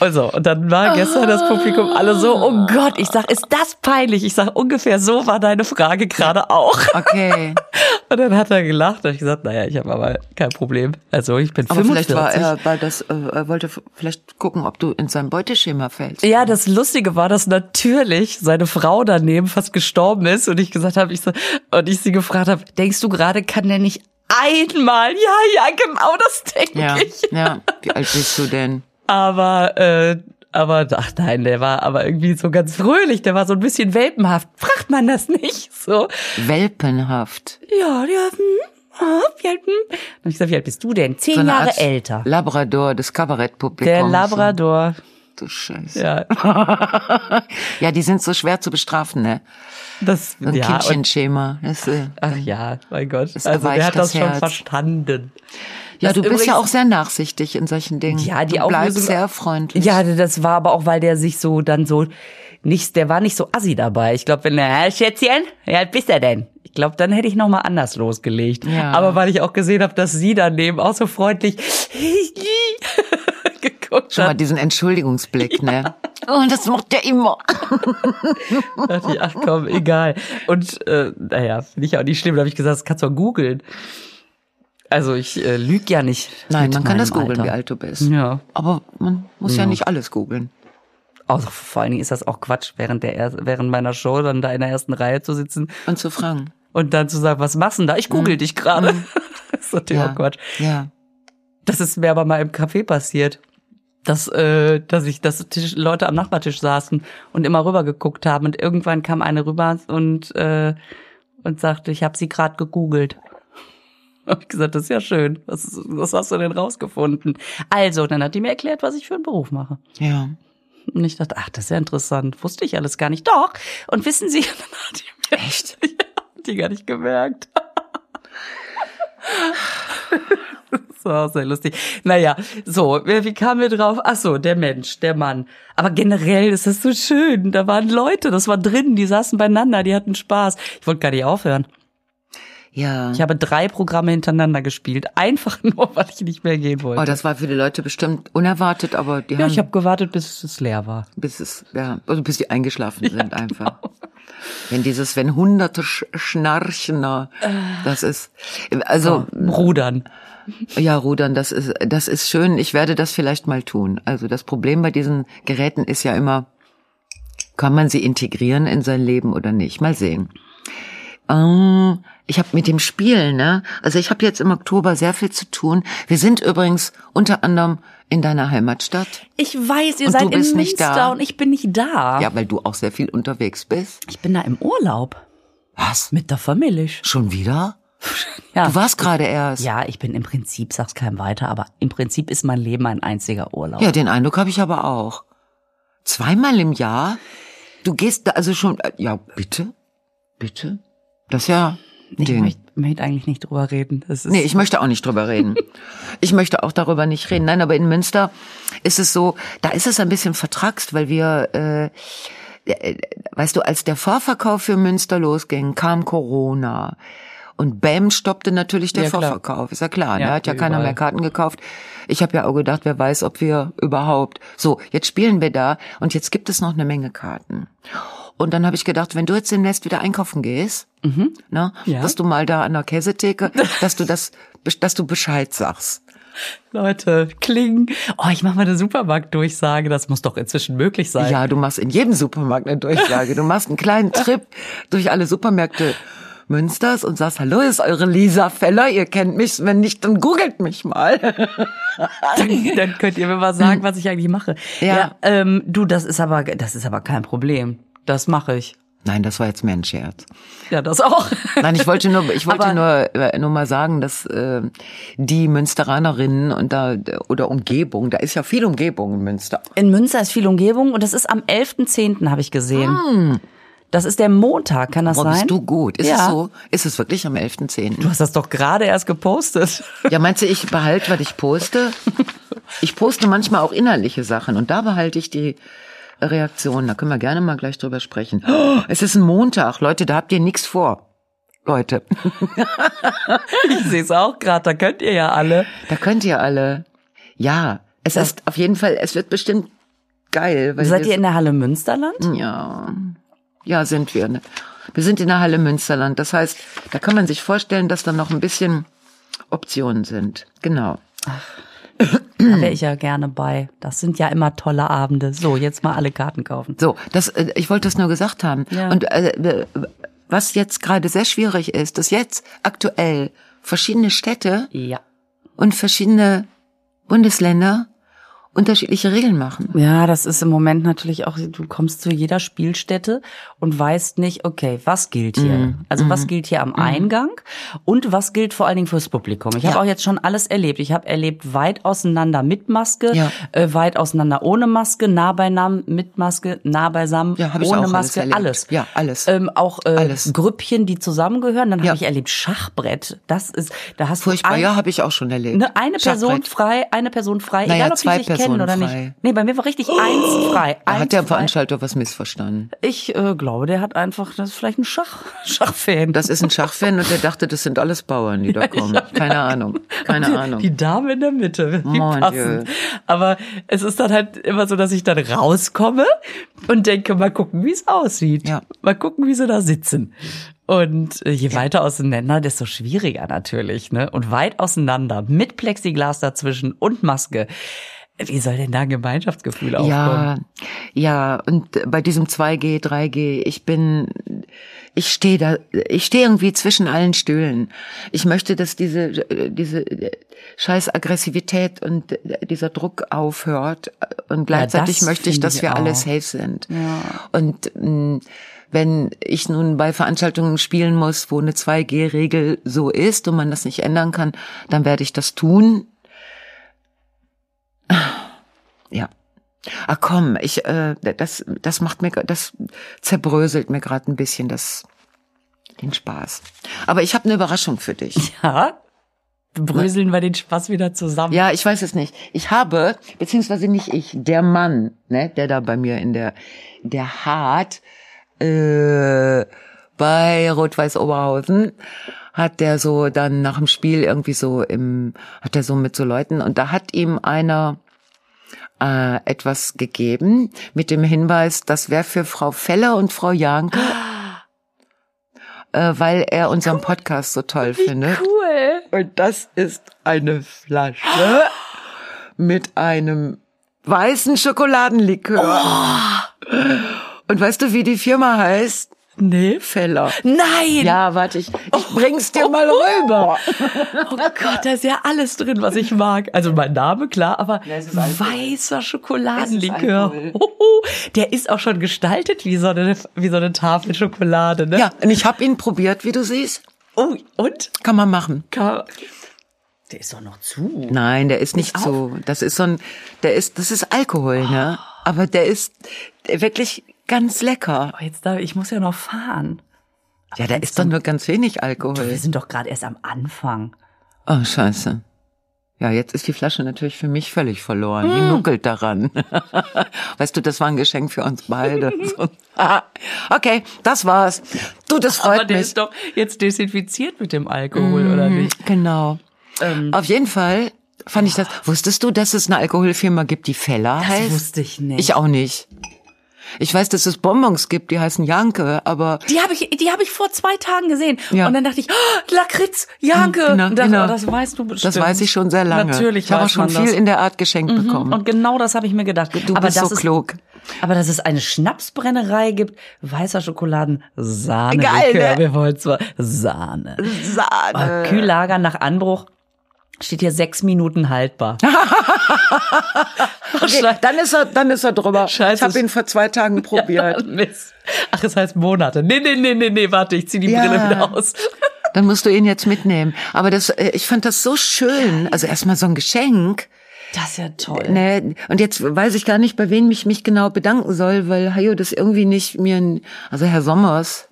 Speaker 2: Also, und dann war gestern das Publikum alle so,
Speaker 1: Ah.
Speaker 2: oh Gott, ich sag, ist das peinlich? Ich sag, ungefähr so war deine Frage gerade auch.
Speaker 1: Okay.
Speaker 2: Und dann hat er gelacht und ich gesagt, naja, ich habe aber kein Problem. Also, ich bin
Speaker 1: Aber vielleicht
Speaker 2: 45.
Speaker 1: war er, weil das, äh, er wollte f- vielleicht gucken, ob du in sein Beuteschema fällst.
Speaker 2: ja, das Lustige war, dass natürlich seine Frau daneben fast gestorben ist und ich gesagt habe, ich so, und ich sie gefragt habe, denkst du gerade, kann der nicht einmal? Ja, ja, genau, das denke
Speaker 1: Ja,
Speaker 2: ich.
Speaker 1: ja. Wie alt bist du denn?
Speaker 2: Aber, äh, aber, ach nein, der war aber irgendwie so ganz fröhlich, der war so ein bisschen welpenhaft. Fragt man das nicht? So,
Speaker 1: Welpenhaft.
Speaker 2: ja, ja, hm, ah, wie alt, hm. Dann hab ich gesagt, wie alt bist du denn? Zehn
Speaker 1: So eine
Speaker 2: Jahre
Speaker 1: Art
Speaker 2: älter.
Speaker 1: Labrador des Kabarettpublikums.
Speaker 2: Der Labrador,
Speaker 1: Du Scheiße. Ja.
Speaker 2: ja,
Speaker 1: die sind so schwer zu bestrafen, ne?
Speaker 2: das,
Speaker 1: Ein
Speaker 2: ja, und,
Speaker 1: Kindchenschema. Das, äh,
Speaker 2: ach ja, mein Gott,
Speaker 1: Es
Speaker 2: also der
Speaker 1: erweicht
Speaker 2: hat das
Speaker 1: das
Speaker 2: schon
Speaker 1: Herz.
Speaker 2: verstanden.
Speaker 1: ja,
Speaker 2: Das
Speaker 1: du bist
Speaker 2: übrigens-
Speaker 1: ja auch sehr nachsichtig in solchen Dingen.
Speaker 2: Ja, die
Speaker 1: du bleibst
Speaker 2: Auflösung-
Speaker 1: sehr freundlich.
Speaker 2: Ja, das war aber auch, weil der sich so dann so nicht, der war nicht so assi dabei. Ich glaube, wenn er, "Hä, Schätzchen, ja, bist er denn? Ich glaube, dann hätte ich noch mal anders losgelegt.
Speaker 1: Ja.
Speaker 2: Aber weil ich auch gesehen habe, dass sie daneben auch so freundlich geguckt
Speaker 1: Schon mal
Speaker 2: hat,
Speaker 1: diesen Entschuldigungsblick, ne? Oh, das macht der immer.
Speaker 2: dachte ich, ach komm, egal. Und äh, naja, finde ich auch nicht schlimm. Da habe ich gesagt, das kannst du auch googeln. Also ich äh, lüge ja nicht.
Speaker 1: Nein,
Speaker 2: mit
Speaker 1: man kann das
Speaker 2: meinem
Speaker 1: googeln, wie
Speaker 2: Alter.
Speaker 1: alt du bist.
Speaker 2: Ja.
Speaker 1: Aber man muss ja, nicht alles googeln.
Speaker 2: Also vor allen Dingen ist das auch Quatsch, während der er- während meiner Show dann da in der ersten Reihe zu sitzen
Speaker 1: Und zu fragen.
Speaker 2: und dann zu sagen, was machst du denn da? Ich google dich gerade. Das ist natürlich
Speaker 1: Ja.
Speaker 2: auch Quatsch.
Speaker 1: Ja.
Speaker 2: Das ist mir aber mal im Café passiert, dass, äh, dass ich, dass Tisch, Leute am Nachbartisch saßen und immer rüber geguckt haben und irgendwann kam eine rüber und, äh, und sagte, ich habe sie gerade gegoogelt. Hab ich gesagt, das ist ja schön. Was, ist- was hast du denn rausgefunden? Also, dann hat die mir erklärt, was ich für einen Beruf mache.
Speaker 1: Ja.
Speaker 2: Und ich dachte, ach, das ist ja interessant. Wusste ich alles gar nicht. Doch. Und wissen Sie, dann hat die mir
Speaker 1: Echt?
Speaker 2: ja, hat die gar nicht gemerkt. Das war auch sehr lustig. Naja, so, wer- wie kamen wir drauf? Ach so, der Mensch, der Mann. Aber generell ist das so schön. Da waren Leute, das war drin, die saßen beieinander, die hatten Spaß. Ich wollte gar nicht aufhören.
Speaker 1: Ja.
Speaker 2: Ich habe drei Programme hintereinander gespielt. Einfach nur, weil ich nicht mehr gehen wollte.
Speaker 1: Oh, das war für die Leute bestimmt unerwartet, aber die
Speaker 2: ja,
Speaker 1: haben,
Speaker 2: ich habe gewartet, bis es leer war.
Speaker 1: bis es, ja, also bis die eingeschlafen sind einfach. Wenn dieses, wenn hunderte Sch Schnarchner, das ist, also,
Speaker 2: Rudern.
Speaker 1: ja, Rudern, das ist, das ist schön. Ich werde das vielleicht mal tun. Also das Problem bei diesen Geräten ist ja immer, kann man sie integrieren in sein Leben oder nicht? Mal sehen. Ähm, ich habe mit dem Spielen, ne? Also ich habe jetzt im Oktober sehr viel zu tun. Wir sind übrigens unter anderem in deiner Heimatstadt.
Speaker 2: Ich weiß, ihr
Speaker 1: Und
Speaker 2: seid
Speaker 1: du bist
Speaker 2: in
Speaker 1: nicht
Speaker 2: Münster
Speaker 1: da.
Speaker 2: und ich bin nicht da.
Speaker 1: Ja, weil du auch sehr viel unterwegs bist.
Speaker 2: Ich bin da im Urlaub.
Speaker 1: Was?
Speaker 2: Mit der Familie.
Speaker 1: Schon wieder?
Speaker 2: Ja.
Speaker 1: Du warst gerade erst.
Speaker 2: ja, ich bin im Prinzip, sag's keinem weiter, aber im Prinzip ist mein Leben ein einziger Urlaub.
Speaker 1: Ja, den Eindruck habe ich aber auch. Zweimal im Jahr? Du gehst da also schon. äh, Ja, bitte? Bitte? Das ist ja ein
Speaker 2: ich
Speaker 1: Ding.
Speaker 2: möchte, möchte eigentlich nicht drüber reden. Das ist
Speaker 1: Nee, ich möchte auch nicht drüber reden. Ich möchte auch darüber nicht reden. Nein, aber in Münster ist es so, da ist es ein bisschen vertraxt, weil wir, äh, äh, weißt du, als der Vorverkauf für Münster losging, kam Corona. Und Bam stoppte natürlich der
Speaker 2: Ja, klar.
Speaker 1: Vorverkauf. Ist ja klar,
Speaker 2: Ja,
Speaker 1: ne? hat ja
Speaker 2: wie
Speaker 1: keiner mehr
Speaker 2: überall.
Speaker 1: Karten gekauft. Ich habe ja auch gedacht, wer weiß, ob wir überhaupt. So, jetzt spielen wir da und jetzt gibt es noch eine Menge Karten. Und dann habe ich gedacht, wenn du jetzt demnächst wieder einkaufen gehst, ne,
Speaker 2: Ja.
Speaker 1: dass du mal da an der Käsetheke, dass du das, dass du Bescheid sagst.
Speaker 2: Leute, klingen. Oh, ich mache mal eine Supermarktdurchsage. Das muss doch inzwischen möglich sein.
Speaker 1: Ja, du machst in jedem Supermarkt eine Durchsage. Du machst einen kleinen Trip durch alle Supermärkte Münsters und sagst, hallo, ist eure Lisa Feller, ihr kennt mich, wenn nicht, dann googelt mich mal.
Speaker 2: Dann, dann könnt ihr mir mal sagen, was ich eigentlich mache.
Speaker 1: Ja.
Speaker 2: ähm, du, das ist aber, das ist aber kein Problem. Das mache ich.
Speaker 1: Nein, das war jetzt mehr ein Scherz.
Speaker 2: Ja, das auch.
Speaker 1: Nein, ich wollte nur, ich wollte
Speaker 2: Aber-
Speaker 1: nur, äh, nur mal sagen, dass äh, die Münsteranerinnen und da oder Umgebung, da ist ja viel Umgebung in Münster.
Speaker 2: In Münster ist viel Umgebung und das ist am 11.10. habe ich gesehen. Das ist der Montag, kann das
Speaker 1: Boah,
Speaker 2: sein?
Speaker 1: bist du gut? Ist es
Speaker 2: Ja.
Speaker 1: so? Ist es wirklich am 11.10.?
Speaker 2: Du hast das doch gerade erst gepostet.
Speaker 1: Ja, meinst du, ich behalte, was ich poste? Ich poste manchmal auch innerliche Sachen und da behalte ich die Reaktionen. Da können wir gerne mal gleich drüber sprechen. Oh, es ist ein Montag, Leute, da habt ihr nichts vor. Leute,
Speaker 2: Ich sehe es auch gerade, da könnt ihr ja alle.
Speaker 1: da könnt ihr alle. Ja, es ist auf jeden Fall, es wird bestimmt geil. Weil
Speaker 2: Seid
Speaker 1: wir-
Speaker 2: ihr in der Halle Münsterland?
Speaker 1: Ja, ja, sind wir. ne? Wir sind in der Halle Münsterland. Das heißt, da kann man sich vorstellen, dass da noch ein bisschen Optionen sind. Genau.
Speaker 2: Da wäre ich ja gerne bei. Das sind ja immer tolle Abende. So, jetzt mal alle Karten kaufen.
Speaker 1: So, das, äh, ich wollte das nur gesagt haben.
Speaker 2: Ja.
Speaker 1: Und äh, äh, was jetzt gerade sehr schwierig ist, dass jetzt aktuell verschiedene Städte
Speaker 2: Ja.
Speaker 1: und verschiedene Bundesländer unterschiedliche Regeln machen.
Speaker 2: Ja, das ist im Moment natürlich auch, du kommst zu jeder Spielstätte und weißt nicht, okay, was gilt hier?
Speaker 1: Mhm.
Speaker 2: Also was gilt hier am Eingang und was gilt vor allen Dingen fürs Publikum? Ich habe
Speaker 1: Ja.
Speaker 2: auch jetzt schon alles erlebt. Ich habe erlebt, weit auseinander mit Maske,
Speaker 1: Ja.
Speaker 2: äh, weit auseinander ohne Maske, nah beisammen mit Maske, nah beisammen
Speaker 1: Ja, hab ich
Speaker 2: ohne
Speaker 1: auch alles
Speaker 2: Maske,
Speaker 1: erlebt.
Speaker 2: alles.
Speaker 1: Ja, alles.
Speaker 2: Ähm, auch äh,
Speaker 1: Alles.
Speaker 2: Grüppchen, die zusammengehören. Dann hab
Speaker 1: Ja.
Speaker 2: habe ich erlebt Schachbrett. Das ist, da hast
Speaker 1: Furchtbar,
Speaker 2: du ein-
Speaker 1: ja, habe ich auch schon erlebt.
Speaker 2: Ne, eine Person
Speaker 1: Schachbrett.
Speaker 2: frei, eine Person frei,
Speaker 1: Naja,
Speaker 2: egal ob
Speaker 1: halt zwei
Speaker 2: die sich
Speaker 1: Personen
Speaker 2: kennen oder
Speaker 1: frei. Oh!
Speaker 2: nicht. Nee, bei mir war richtig eins frei.
Speaker 1: Da
Speaker 2: eins
Speaker 1: hat der
Speaker 2: frei.
Speaker 1: Veranstalter was missverstanden.
Speaker 2: Ich äh, glaube, der hat einfach, das ist vielleicht ein Schach, Schachfan.
Speaker 1: Das ist ein Schachfan und der dachte, das sind alles Bauern, die da kommen. Keine Ahnung, keine Ahnung.
Speaker 2: Die Dame in der Mitte, wie
Speaker 1: Mon
Speaker 2: passend.
Speaker 1: Dieu.
Speaker 2: Aber es ist dann halt immer so, dass ich dann rauskomme und denke, mal gucken, wie es aussieht.
Speaker 1: Ja.
Speaker 2: Mal gucken, wie sie da sitzen. Und äh, je weiter auseinander, desto schwieriger natürlich. Ne? Und weit auseinander, mit Plexiglas dazwischen und Maske. Wie soll denn da ein Gemeinschaftsgefühl aufkommen?
Speaker 1: Ja, ja, und bei diesem 2G, 3G, ich bin, ich stehe da, ich stehe irgendwie zwischen allen Stühlen. Ich möchte, dass diese, diese scheiß Aggressivität und dieser Druck aufhört. Und gleichzeitig
Speaker 2: das
Speaker 1: möchte ich,
Speaker 2: finde
Speaker 1: dass
Speaker 2: ich
Speaker 1: wir alle
Speaker 2: auch.
Speaker 1: safe sind. Und mh, wenn ich nun bei Veranstaltungen spielen muss, wo eine 2G-Regel so ist und man das nicht ändern kann, dann werde ich das tun. Ja. Ah komm, ich äh, das das macht mir das zerbröselt mir gerade ein bisschen das den Spaß. Aber ich habe eine Überraschung für dich.
Speaker 2: Ja. Bröseln wir den Spaß wieder zusammen.
Speaker 1: Ne? Ja, ich weiß es nicht. Ich habe beziehungsweise nicht ich, der Mann, ne, der da bei mir in der der hat äh, bei Rot-Weiß Oberhausen hat der so dann nach dem Spiel irgendwie so im, hat er so mit so Leuten und da hat ihm einer äh, etwas gegeben mit dem Hinweis, das wäre für Frau Feller und Frau Janke, äh, weil er unseren Podcast so toll findet.
Speaker 2: Cool.
Speaker 1: Und das ist eine Flasche mit einem weißen Schokoladenlikör. Oh. Und weißt du, wie die Firma heißt?
Speaker 2: Nee.
Speaker 1: Feller.
Speaker 2: Ne? Nein!
Speaker 1: Ja, warte, ich, ich bring's dir mal rüber.
Speaker 2: Oh Gott, da ist ja alles drin, was ich mag. Also mein Name, klar, aber
Speaker 1: es ist Alkohol.
Speaker 2: weißer
Speaker 1: Es
Speaker 2: Schokoladenlikör.
Speaker 1: ist Alkohol.
Speaker 2: Hoho, der ist auch schon gestaltet wie so eine, wie so eine Tafel Schokolade, ne?
Speaker 1: Ja, und ich habe ihn probiert, wie du siehst.
Speaker 2: Oh, und?
Speaker 1: Kann man machen.
Speaker 2: Ka- Der ist doch noch zu.
Speaker 1: Nein, der ist nicht
Speaker 2: auf?
Speaker 1: so. Das ist so ein, der ist, das ist Alkohol, ne? Aber der ist wirklich ganz lecker.
Speaker 2: Aber Oh, jetzt da, ich muss ja noch fahren.
Speaker 1: Ja, da ist doch nur ganz wenig Alkohol.
Speaker 2: Wir sind doch gerade erst am Anfang.
Speaker 1: Oh, scheiße. Ja, jetzt ist die Flasche natürlich für mich völlig verloren.
Speaker 2: Hm.
Speaker 1: Die nuckelt daran. weißt du, das war ein Geschenk für uns beide. So. Ah, okay, das war's. Du, das freut
Speaker 2: Aber der
Speaker 1: mich.
Speaker 2: ist doch jetzt desinfiziert mit dem Alkohol, oder nicht? Ähm.
Speaker 1: Genau. Auf jeden Fall fand ich das. Wusstest du, dass es eine Alkoholfirma gibt, die Feller
Speaker 2: Das
Speaker 1: heißt?
Speaker 2: wusste ich nicht.
Speaker 1: Ich auch nicht. Ich weiß, dass es Bonbons gibt, die heißen Janke, aber
Speaker 2: Die habe ich, die habe ich vor zwei Tagen gesehen.
Speaker 1: Ja.
Speaker 2: Und dann dachte ich, oh, Lakritz, Janke.
Speaker 1: Genau,
Speaker 2: und dachte,
Speaker 1: genau.
Speaker 2: oh, das weißt du bestimmt.
Speaker 1: das weiß ich schon sehr lange.
Speaker 2: Natürlich
Speaker 1: ich habe auch
Speaker 2: weiß
Speaker 1: schon
Speaker 2: man
Speaker 1: viel
Speaker 2: das.
Speaker 1: in der Art geschenkt bekommen.
Speaker 2: Und genau das habe ich mir gedacht.
Speaker 1: Du bist so klug.
Speaker 2: Aber dass es eine Schnapsbrennerei gibt, weißer Schokoladen, Sahne.
Speaker 1: Geil, ne? Äh.
Speaker 2: Wir wollen zwar Sahne.
Speaker 1: Sahne.
Speaker 2: Oh, Kühllager nach Anbruch steht hier sechs Minuten haltbar.
Speaker 1: Okay, dann ist er, dann ist er drüber.
Speaker 2: Scheiße.
Speaker 1: Ich habe ihn vor zwei Tagen probiert.
Speaker 2: Mist. Ach, es heißt Monate. Nee, nee, nee, nee, nee, warte, ich zieh die
Speaker 1: Ja.
Speaker 2: Brille wieder aus.
Speaker 1: Dann musst du ihn jetzt mitnehmen. Aber das, äh, ich fand das so schön. Also erstmal so ein Geschenk.
Speaker 2: Das ist ja toll.
Speaker 1: Ne, und jetzt weiß ich gar nicht, bei wem ich mich genau bedanken soll, weil Hajo das irgendwie nicht mir, ein- also Herr Sommers,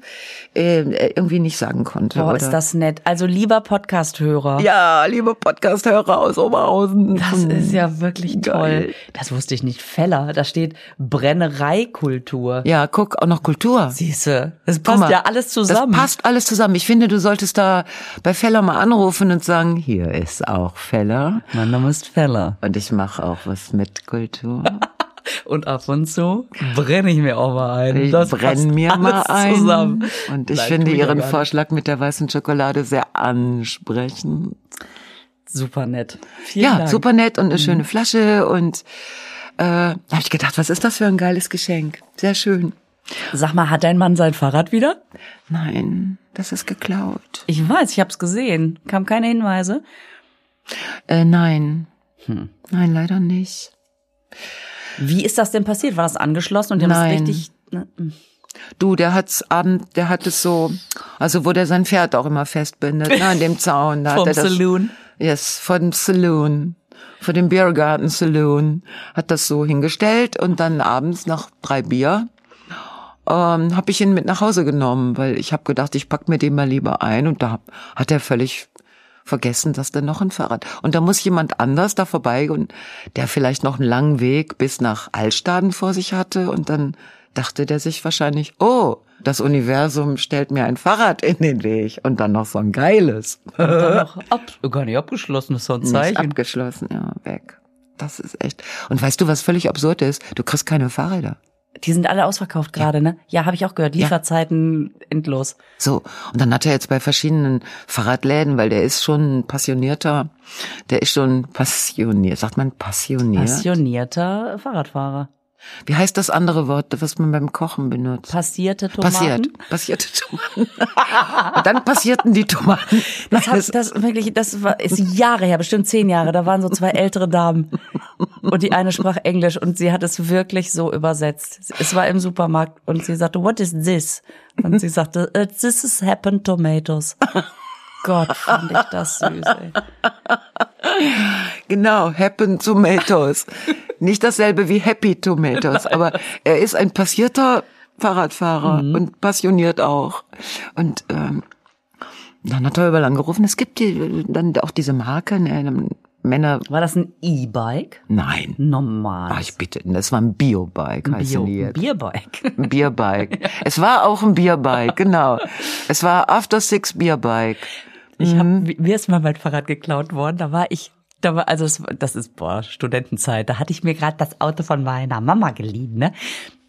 Speaker 1: äh, irgendwie nicht sagen konnte.
Speaker 2: Boah,
Speaker 1: oder?
Speaker 2: ist das nett. Also lieber Podcast-Hörer.
Speaker 1: Ja, liebe Podcast-Hörer aus Oberhausen.
Speaker 2: Das ist ja wirklich
Speaker 1: Geil.
Speaker 2: toll. Hm. Das wusste ich nicht. Feller, da steht Brennereikultur.
Speaker 1: Ja, guck, auch noch Kultur.
Speaker 2: Siehste, das
Speaker 1: Guck
Speaker 2: passt
Speaker 1: mal,
Speaker 2: ja alles zusammen.
Speaker 1: Das passt alles zusammen. Ich finde, du solltest da bei Feller mal anrufen und sagen, hier ist auch Feller.
Speaker 2: Mein Name ist Feller.
Speaker 1: Und ich mache auch was mit Kultur.
Speaker 2: Und ab und zu brenne ich mir auch mal ein.
Speaker 1: Ich
Speaker 2: das passt
Speaker 1: brenne mir
Speaker 2: alles
Speaker 1: mal ein.
Speaker 2: zusammen.
Speaker 1: Und ich
Speaker 2: Nein,
Speaker 1: finde
Speaker 2: tu ich
Speaker 1: Ihren
Speaker 2: auch gar nicht.
Speaker 1: Vorschlag mit der weißen Schokolade sehr ansprechend.
Speaker 2: Super nett. Vielen
Speaker 1: Ja,
Speaker 2: Dank. Mhm.
Speaker 1: super nett und eine schöne Flasche. Und äh, da habe ich gedacht, was ist das für ein geiles Geschenk? Sehr schön.
Speaker 2: Sag mal, hat dein Mann sein Fahrrad wieder?
Speaker 1: Nein, das ist geklaut.
Speaker 2: Ich weiß, ich hab's gesehen. Kam keine Hinweise.
Speaker 1: Äh, nein.
Speaker 2: Hm.
Speaker 1: Nein, leider nicht.
Speaker 2: Wie ist das denn passiert? War das angeschlossen und die haben es
Speaker 1: Nein.
Speaker 2: richtig... Ne?
Speaker 1: Du, der hat's abend, der hat es so, also wo der sein Pferd auch immer festbindet, ne, an dem Zaun. Da
Speaker 2: Vom
Speaker 1: hat er das,
Speaker 2: Saloon.
Speaker 1: Yes, vom Saloon. Vor dem Biergarten Saloon. Hat das so hingestellt und dann abends nach drei Bier ähm, habe ich ihn mit nach Hause genommen, weil ich habe gedacht, ich pack mir den mal lieber ein und da hab- hat er völlig vergessen, dass da noch ein Fahrrad. Und da muss jemand anders da vorbei und der vielleicht noch einen langen Weg bis nach Altstaden vor sich hatte und dann dachte der sich wahrscheinlich, oh, das Universum stellt mir ein Fahrrad in den Weg und dann noch so ein geiles.
Speaker 2: äh, Dann noch ab, gar nicht abgeschlossen, ist so ein
Speaker 1: Nicht
Speaker 2: Zeichen.
Speaker 1: abgeschlossen, ja, weg. Das ist echt. Und weißt du, was völlig absurd ist? Du kriegst keine Fahrräder.
Speaker 2: Die sind alle ausverkauft gerade, ne? Ja, habe ich auch gehört. Lieferzeiten endlos.
Speaker 1: So, und dann hat er jetzt bei verschiedenen Fahrradläden, weil der ist schon ein passionierter, der ist schon passioniert, sagt man passioniert.
Speaker 2: Passionierter Fahrradfahrer.
Speaker 1: Wie heißt das andere Wort, was man beim Kochen benutzt?
Speaker 2: Passierte Tomaten.
Speaker 1: Passiert. Passierte Tomaten. und dann passierten die Tomaten. Nein,
Speaker 2: Das, hab, das wirklich, das war, ist Jahre her, bestimmt zehn Jahre. Da waren so zwei ältere Damen und die eine sprach Englisch und sie hat es wirklich so übersetzt. Es war im Supermarkt und sie sagte, "What is this?" Und sie sagte, "Uh, "This is happened tomatoes." Gott, fand ich das süß. Ey.
Speaker 1: Genau, Happen Tomatoes. Nicht dasselbe wie Happy Tomatoes, aber er ist ein passierter Fahrradfahrer und passioniert auch. Und ähm, dann hat er überall angerufen, es gibt die, dann auch diese Marke, ne, Männer,
Speaker 2: War das ein E-Bike?
Speaker 1: nein.
Speaker 2: Normal.
Speaker 1: Ach, ich bitte, das war ein Biobike, heißen die
Speaker 2: Bio,
Speaker 1: jetzt.
Speaker 2: Bierbike.
Speaker 1: Ein Bierbike. Es war auch ein Bierbike, genau. Es war After Six Bierbike.
Speaker 2: Ich hab, mir ist mal mein Fahrrad geklaut worden. Da war ich, da war, also es, das ist boah, Studentenzeit. Da hatte ich mir gerade das Auto von meiner Mama geliehen, ne?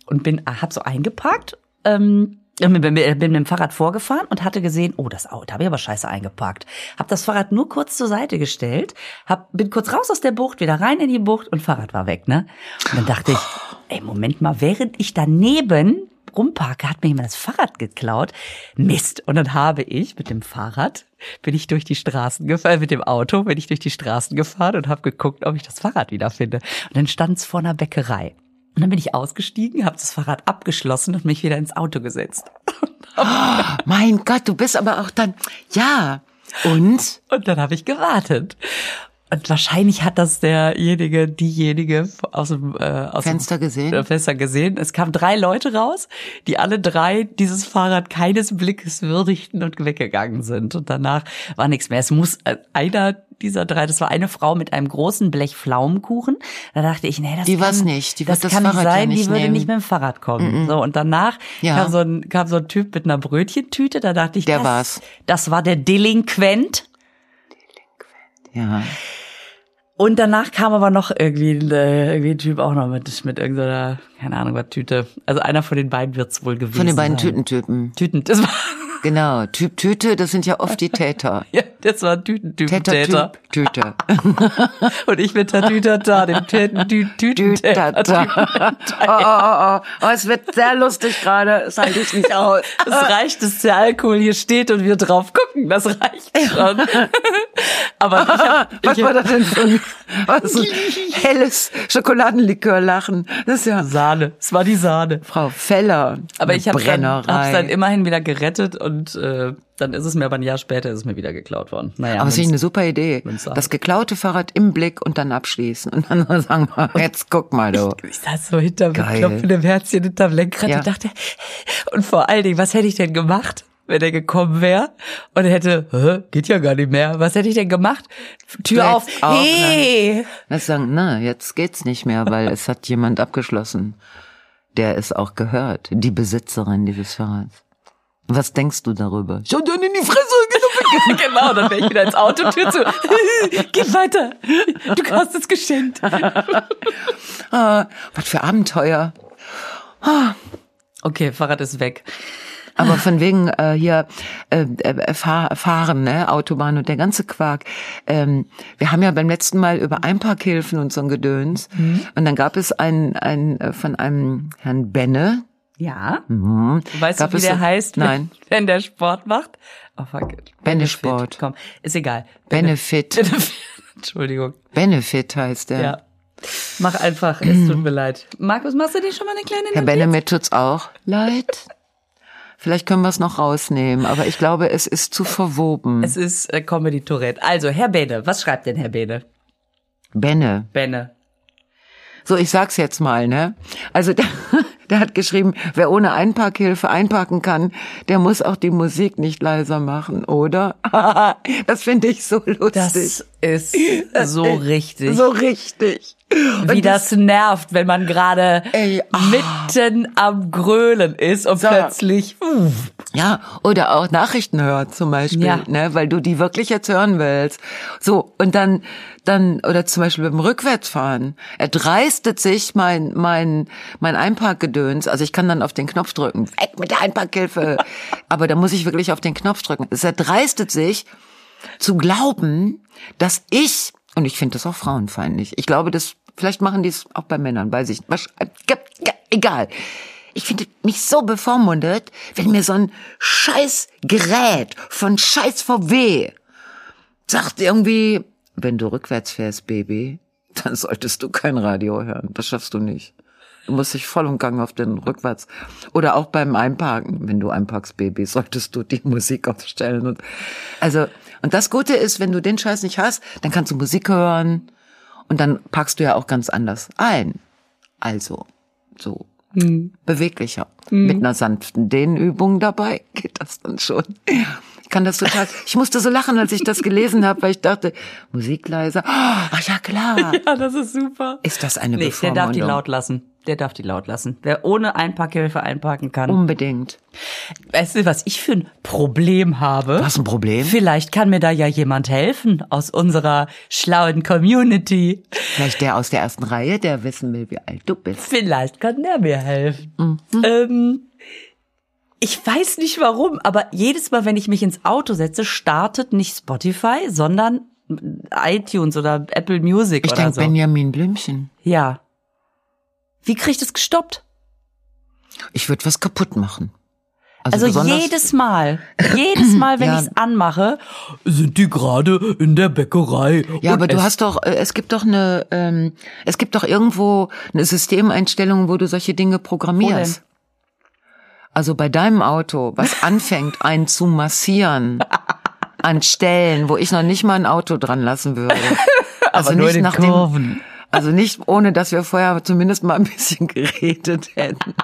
Speaker 2: Und bin, hab so eingeparkt, ähm, bin, bin, bin mit dem Fahrrad vorgefahren und hatte gesehen, oh, das Auto, da habe ich aber scheiße eingeparkt. Hab das Fahrrad nur kurz zur Seite gestellt, hab, bin kurz raus aus der Bucht, wieder rein in die Bucht und Fahrrad war weg, ne? Und dann dachte ich, ey, Moment mal, während ich daneben rumparke, hat mir jemand das Fahrrad geklaut. Mist. Und dann habe ich mit dem Fahrrad, bin ich durch die Straßen gefahren, mit dem Auto bin ich durch die Straßen gefahren und habe geguckt, ob ich das Fahrrad wiederfinde. Und dann stand es vor einer Bäckerei. Und dann bin ich ausgestiegen, habe das Fahrrad abgeschlossen und mich wieder ins Auto gesetzt.
Speaker 1: Mein Gott, du bist aber auch dann, ja. Und?
Speaker 2: Und dann habe ich gewartet. Und wahrscheinlich hat das derjenige, diejenige aus dem, äh, aus
Speaker 1: Fenster
Speaker 2: dem
Speaker 1: gesehen?
Speaker 2: äh, Fenster gesehen. Es kamen drei Leute raus, die alle drei dieses Fahrrad keines Blickes würdigten und weggegangen sind. Und danach war nichts mehr. Es muss äh, einer dieser drei, das war eine Frau mit einem großen Blech Pflaumenkuchen. Da dachte ich, nee, das
Speaker 1: Die
Speaker 2: kann,
Speaker 1: war's nicht. Die wird
Speaker 2: das,
Speaker 1: das
Speaker 2: kann nicht
Speaker 1: Fahrrad ja
Speaker 2: sein,
Speaker 1: nicht
Speaker 2: die würde
Speaker 1: nehmen.
Speaker 2: nicht mit dem Fahrrad kommen. So und danach
Speaker 1: Ja.
Speaker 2: kam so ein kam so ein Typ mit einer Brötchentüte. Da dachte ich,
Speaker 1: Der
Speaker 2: das,
Speaker 1: war's.
Speaker 2: Das war der Delinquent.
Speaker 1: Ja.
Speaker 2: Und danach kam aber noch irgendwie, ein, äh, irgendwie ein Typ auch noch mit, mit irgendeiner, keine Ahnung, was Tüte. Also einer von den beiden wird's wohl gewesen.
Speaker 1: Von den beiden
Speaker 2: sein.
Speaker 1: Tütentypen.
Speaker 2: Tüten. Das war,
Speaker 1: Genau. Typ Tüte, das sind ja oft die Täter.
Speaker 2: ja, das war ein Tütentypen
Speaker 1: Täter.
Speaker 2: Täter.
Speaker 1: Typ Tüte.
Speaker 2: Und ich mit Tatütata, dem Täten, Tü, Tütentäter.
Speaker 1: Tütata. Oh, oh, oh, oh. Es wird sehr lustig gerade. Das halte ich nicht aus.
Speaker 2: Oh, Es reicht, dass der Alkohol hier steht und wir drauf gucken. Das reicht schon. aber ich hab, ich
Speaker 1: Was
Speaker 2: hab-
Speaker 1: war das denn für ein, was ein helles Schokoladenlikörlachen? Das ist ja
Speaker 2: Sahne. Es war die Sahne.
Speaker 1: Frau Feller.
Speaker 2: Aber
Speaker 1: Eine
Speaker 2: ich habe es dann,
Speaker 1: Brennerei.
Speaker 2: hab's dann immerhin wieder gerettet und äh, dann ist es mir aber ein Jahr später ist es mir wieder geklaut worden. Naja,
Speaker 1: Aber es ist
Speaker 2: wenn's-
Speaker 1: eine super Idee.
Speaker 2: wenn's sagt.
Speaker 1: Das geklaute Fahrrad im Blick und dann abschließen. Und dann sagen, jetzt guck mal du.
Speaker 2: Ich saß so hinterm
Speaker 1: Geil.
Speaker 2: klopfendem Herzchen hinterm Lenkrad
Speaker 1: Ja.
Speaker 2: und dachte, und vor allen Dingen, was hätte ich denn gemacht, wenn er gekommen wäre und hätte, Hä, geht ja gar nicht mehr. Was hätte ich denn gemacht? Tür
Speaker 1: Vielleicht
Speaker 2: auf.
Speaker 1: auch,
Speaker 2: hey!
Speaker 1: Dann sagen, na, jetzt geht's nicht mehr, weil es hat jemand abgeschlossen, der es auch gehört. Die Besitzerin dieses Fahrrads. Was denkst du darüber? Schau dir in die Fresse! geh doch weg.
Speaker 2: genau, dann wäre ich wieder ins Auto, Tür zu. Geh weiter. Du hast es geschenkt.
Speaker 1: Ah, was für Abenteuer.
Speaker 2: Okay, Fahrrad ist weg.
Speaker 1: Aber von wegen äh, hier äh, äh, fahr, fahren, ne, Autobahn und der ganze Quark. Ähm, wir haben ja beim letzten Mal über Einparkhilfen und so ein Gedöns. Und dann gab es einen, einen äh, von einem Herrn Benne.
Speaker 2: Ja.
Speaker 1: Mhm.
Speaker 2: Weißt
Speaker 1: Gab
Speaker 2: du, wie
Speaker 1: es
Speaker 2: der
Speaker 1: so-
Speaker 2: heißt?
Speaker 1: Nein.
Speaker 2: Wenn, wenn der Sport macht? Oh, fuck it.
Speaker 1: Benesport.
Speaker 2: Komm, ist egal.
Speaker 1: Benefit.
Speaker 2: Entschuldigung.
Speaker 1: Benefit heißt der.
Speaker 2: Ja. Mach einfach, es tut mir leid. Markus, machst du dir schon mal eine kleine
Speaker 1: Herr
Speaker 2: Notiz?
Speaker 1: Benne, mir tut's auch leid. Vielleicht können wir es noch rausnehmen, aber ich glaube, es ist zu verwoben.
Speaker 2: Es ist äh, Comedy Tourette. Also, Herr Bene, was schreibt denn Herr Bene?
Speaker 1: Benne.
Speaker 2: Bene.
Speaker 1: So, ich sag's jetzt mal, ne? Also der, der hat geschrieben, wer ohne Einparkhilfe einparken kann, der muss auch die Musik nicht leiser machen, oder? das finde ich so
Speaker 2: Das
Speaker 1: lustig.
Speaker 2: ist so richtig.
Speaker 1: So richtig.
Speaker 2: wie das nervt, wenn man gerade
Speaker 1: Ey, ah.
Speaker 2: mitten am Grölen ist und
Speaker 1: So.
Speaker 2: plötzlich. uh, Uff.
Speaker 1: Ja, oder auch Nachrichten hört zum Beispiel,
Speaker 2: Ja.
Speaker 1: ne, weil du die wirklich jetzt hören willst. So, und dann, dann, oder zum Beispiel beim Rückwärtsfahren. Er dreistet sich mein, mein, mein Einparkgedöns. Also ich kann dann auf den Knopf drücken. Weg mit der Einparkhilfe. Aber da muss ich wirklich auf den Knopf drücken. Es erdreistet sich zu glauben, dass ich, und ich finde das auch frauenfeindlich, ich glaube, das, vielleicht machen die es auch bei Männern, weiß ich, wasch- ge- ge- egal. Ich finde mich so bevormundet, wenn mir so ein scheiß Gerät von scheiß VW sagt irgendwie, wenn du rückwärts fährst, Baby, dann solltest du kein Radio hören. Das schaffst du nicht. Du musst dich voll und gang auf den Rückwärts. Oder auch beim Einparken. Wenn du einparkst, Baby, solltest du die Musik aufstellen. Und, also, und das Gute ist, wenn du den Scheiß nicht hast, dann kannst du Musik hören. Und dann packst du ja auch ganz anders ein. Also, so.
Speaker 2: Hm.
Speaker 1: Beweglicher. Mit einer sanften Dehnübung dabei geht das dann schon. Ich kann das total. Ich musste so lachen, als ich das gelesen habe, weil ich dachte, Musik leiser. Ah, ja klar.
Speaker 2: Ja, das ist super.
Speaker 1: Ist das eine
Speaker 2: Nee, der
Speaker 1: Bevormundung?
Speaker 2: darf die laut lassen. der darf die laut lassen. Wer ohne Einparkhilfe einparken kann.
Speaker 1: Unbedingt.
Speaker 2: Weißt du, was ich für ein Problem habe?
Speaker 1: Du hast ein Problem?
Speaker 2: Vielleicht kann mir da ja jemand helfen aus unserer schlauen Community.
Speaker 1: Vielleicht der aus der ersten Reihe, der wissen will, wie alt du bist.
Speaker 2: Vielleicht kann der mir helfen. Ähm, ich weiß nicht warum, aber jedes Mal, wenn ich mich ins Auto setze, startet nicht Spotify, sondern iTunes oder Apple Music
Speaker 1: Ich
Speaker 2: oder
Speaker 1: denke
Speaker 2: so.
Speaker 1: Benjamin Blümchen.
Speaker 2: Ja. Wie krieg ich das gestoppt?
Speaker 1: Ich würde was kaputt machen.
Speaker 2: Also
Speaker 1: besonders-
Speaker 2: jedes Mal, jedes Mal, wenn
Speaker 1: Ja.
Speaker 2: ich's anmache, sind die gerade in der Bäckerei.
Speaker 1: Ja,
Speaker 2: und
Speaker 1: aber du
Speaker 2: essen
Speaker 1: hast doch, äh, es gibt doch eine, ähm, es gibt doch irgendwo eine Systemeinstellung, wo du solche Dinge programmierst. Also bei deinem Auto, was anfängt, einen zu massieren an Stellen, wo ich noch nicht mal ein Auto dran lassen würde. Also
Speaker 2: nur in
Speaker 1: dem-
Speaker 2: den Kurven.
Speaker 1: also nicht ohne, dass wir vorher zumindest mal ein bisschen geredet hätten.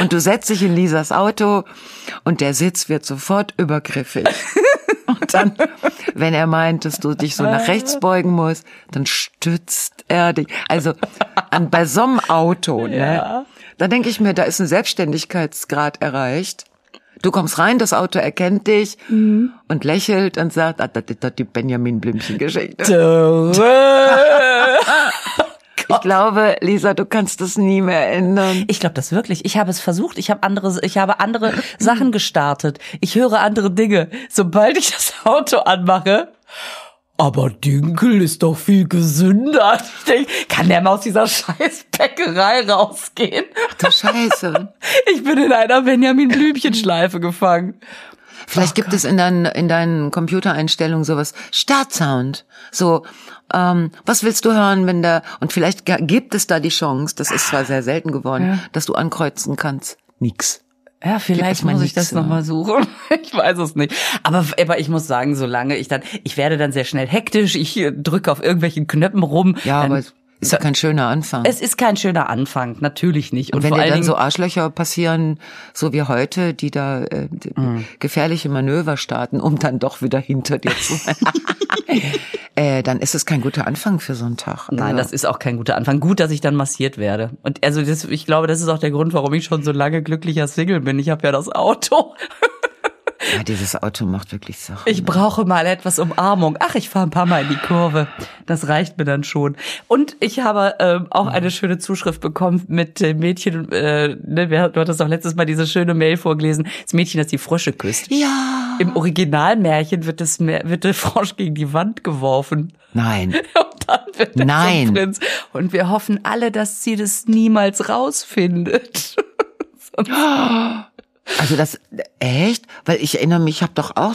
Speaker 1: Und du setzt dich in Lisas Auto und der Sitz wird sofort übergriffig. Und dann, wenn er meint, dass du dich so nach rechts beugen musst, dann stützt er dich. Also an, bei so einem Auto, ne? Da denke ich mir, da ist ein Selbstständigkeitsgrad erreicht. Du kommst rein, das Auto erkennt dich und lächelt und sagt, ah, das ist doch die
Speaker 2: Oh
Speaker 1: Benjamin-Blümchen-Geschichte. Ich glaube, Lisa, du kannst das nie mehr ändern.
Speaker 2: Ich glaube das wirklich. Ich habe es versucht. Ich habe andere, ich habe andere Sachen gestartet. Ich höre andere Dinge, sobald ich das Auto anmache. Aber Dinkel ist doch viel gesünder. Ich denk, kann der mal aus dieser scheiß Bäckerei rausgehen?
Speaker 1: Du Scheiße.
Speaker 2: Ich bin in einer Benjamin Blümchen-Schleife gefangen.
Speaker 1: Vielleicht gibt es in deinen, in deinen Computereinstellungen sowas. Startsound. So, ähm, was willst du hören, wenn der, und vielleicht ga- gibt es da die Chance, das ist zwar sehr selten geworden, dass du ankreuzen kannst. Nix.
Speaker 2: Ja,
Speaker 1: Gib
Speaker 2: vielleicht
Speaker 1: erst mal
Speaker 2: muss ich
Speaker 1: nichts,
Speaker 2: das
Speaker 1: ne?
Speaker 2: nochmal suchen. Ich weiß es nicht. Aber, aber ich muss sagen, solange ich dann, ich werde dann sehr schnell hektisch, ich äh, drücke auf irgendwelchen Knöpfen rum.
Speaker 1: Ja,
Speaker 2: dann,
Speaker 1: aber es ist ja kein schöner Anfang.
Speaker 2: Ähm, es ist kein schöner Anfang, natürlich nicht. Und,
Speaker 1: wenn
Speaker 2: vor
Speaker 1: dir
Speaker 2: allen
Speaker 1: dann
Speaker 2: Dingen,
Speaker 1: so Arschlöcher passieren, so wie heute, die da äh, d-
Speaker 2: Mm.
Speaker 1: gefährliche Manöver starten, um dann doch wieder hinter dir zu sein, äh, dann ist es kein guter Anfang für so einen Tag. Also,
Speaker 2: Nein, das ist auch kein guter Anfang. Gut, dass ich dann massiert werde. Und also das, ich glaube, das ist auch der Grund, warum ich schon so lange glücklicher Single bin. Ich habe ja das Auto.
Speaker 1: ja, dieses Auto macht wirklich Sachen.
Speaker 2: Ich brauche mal etwas Umarmung. Ach, ich fahre ein paar Mal in die Kurve. Das reicht mir dann schon. Und ich habe ähm, auch eine schöne Zuschrift bekommen mit dem Mädchen. Äh, ne, wer- du hattest doch letztes Mal diese schöne Mail vorgelesen. Das Mädchen, das die Frösche küsst.
Speaker 1: ja.
Speaker 2: Im Originalmärchen wird, das, Mä- wird der Frosch gegen die Wand geworfen.
Speaker 1: Nein.
Speaker 2: Und dann wird er
Speaker 1: Nein.
Speaker 2: zum Prinz. Und wir hoffen alle, dass sie das niemals rausfindet.
Speaker 1: Also das echt, weil ich erinnere mich, ich habe doch auch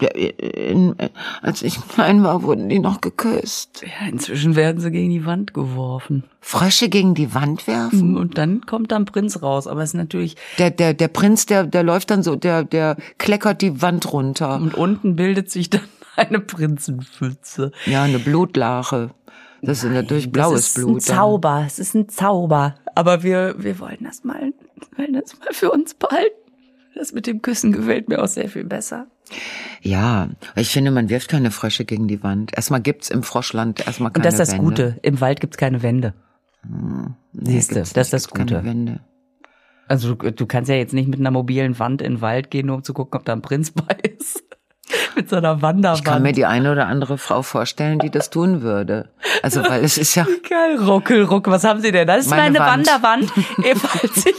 Speaker 1: ja, äh, in, als ich klein war, wurden die noch geküsst.
Speaker 2: Ja, inzwischen werden sie gegen die Wand geworfen.
Speaker 1: Frösche gegen die Wand werfen.
Speaker 2: Und dann kommt dann Prinz raus. Aber es ist natürlich,
Speaker 1: Der der der Prinz, der der läuft dann so, der der kleckert die Wand runter.
Speaker 2: und unten bildet sich dann eine Prinzenpfütze.
Speaker 1: Ja, eine Blutlache. Das ist natürlich blaues
Speaker 2: es ist
Speaker 1: Blut.
Speaker 2: ein
Speaker 1: dann.
Speaker 2: Zauber, es ist ein Zauber. Aber wir, wir wollen das mal, wollen das mal für uns behalten. Das mit dem Küssen gefällt mir auch sehr viel besser.
Speaker 1: Ja, ich finde, man wirft keine Frösche gegen die Wand. Erstmal gibt's im Froschland erstmal keine
Speaker 2: Und das ist das
Speaker 1: Wände.
Speaker 2: Gute. Im Wald gibt's keine Wände.
Speaker 1: Nee,
Speaker 2: Siehste,
Speaker 1: gibt's
Speaker 2: das ist
Speaker 1: nicht,
Speaker 2: das
Speaker 1: gibt's keine
Speaker 2: Gute.
Speaker 1: Wände.
Speaker 2: Also du, du kannst ja jetzt nicht mit einer mobilen Wand in den Wald gehen, nur um zu gucken, ob da ein Prinz bei ist. mit so einer Wanderwand.
Speaker 1: Ich kann mir die eine oder andere Frau vorstellen, die das tun würde. Also weil es ist ja
Speaker 2: Geil, Ruckel, Ruckel, was haben Sie denn? Das ist meine,
Speaker 1: Meine Wand.
Speaker 2: Wanderwand. Ihr, falls ich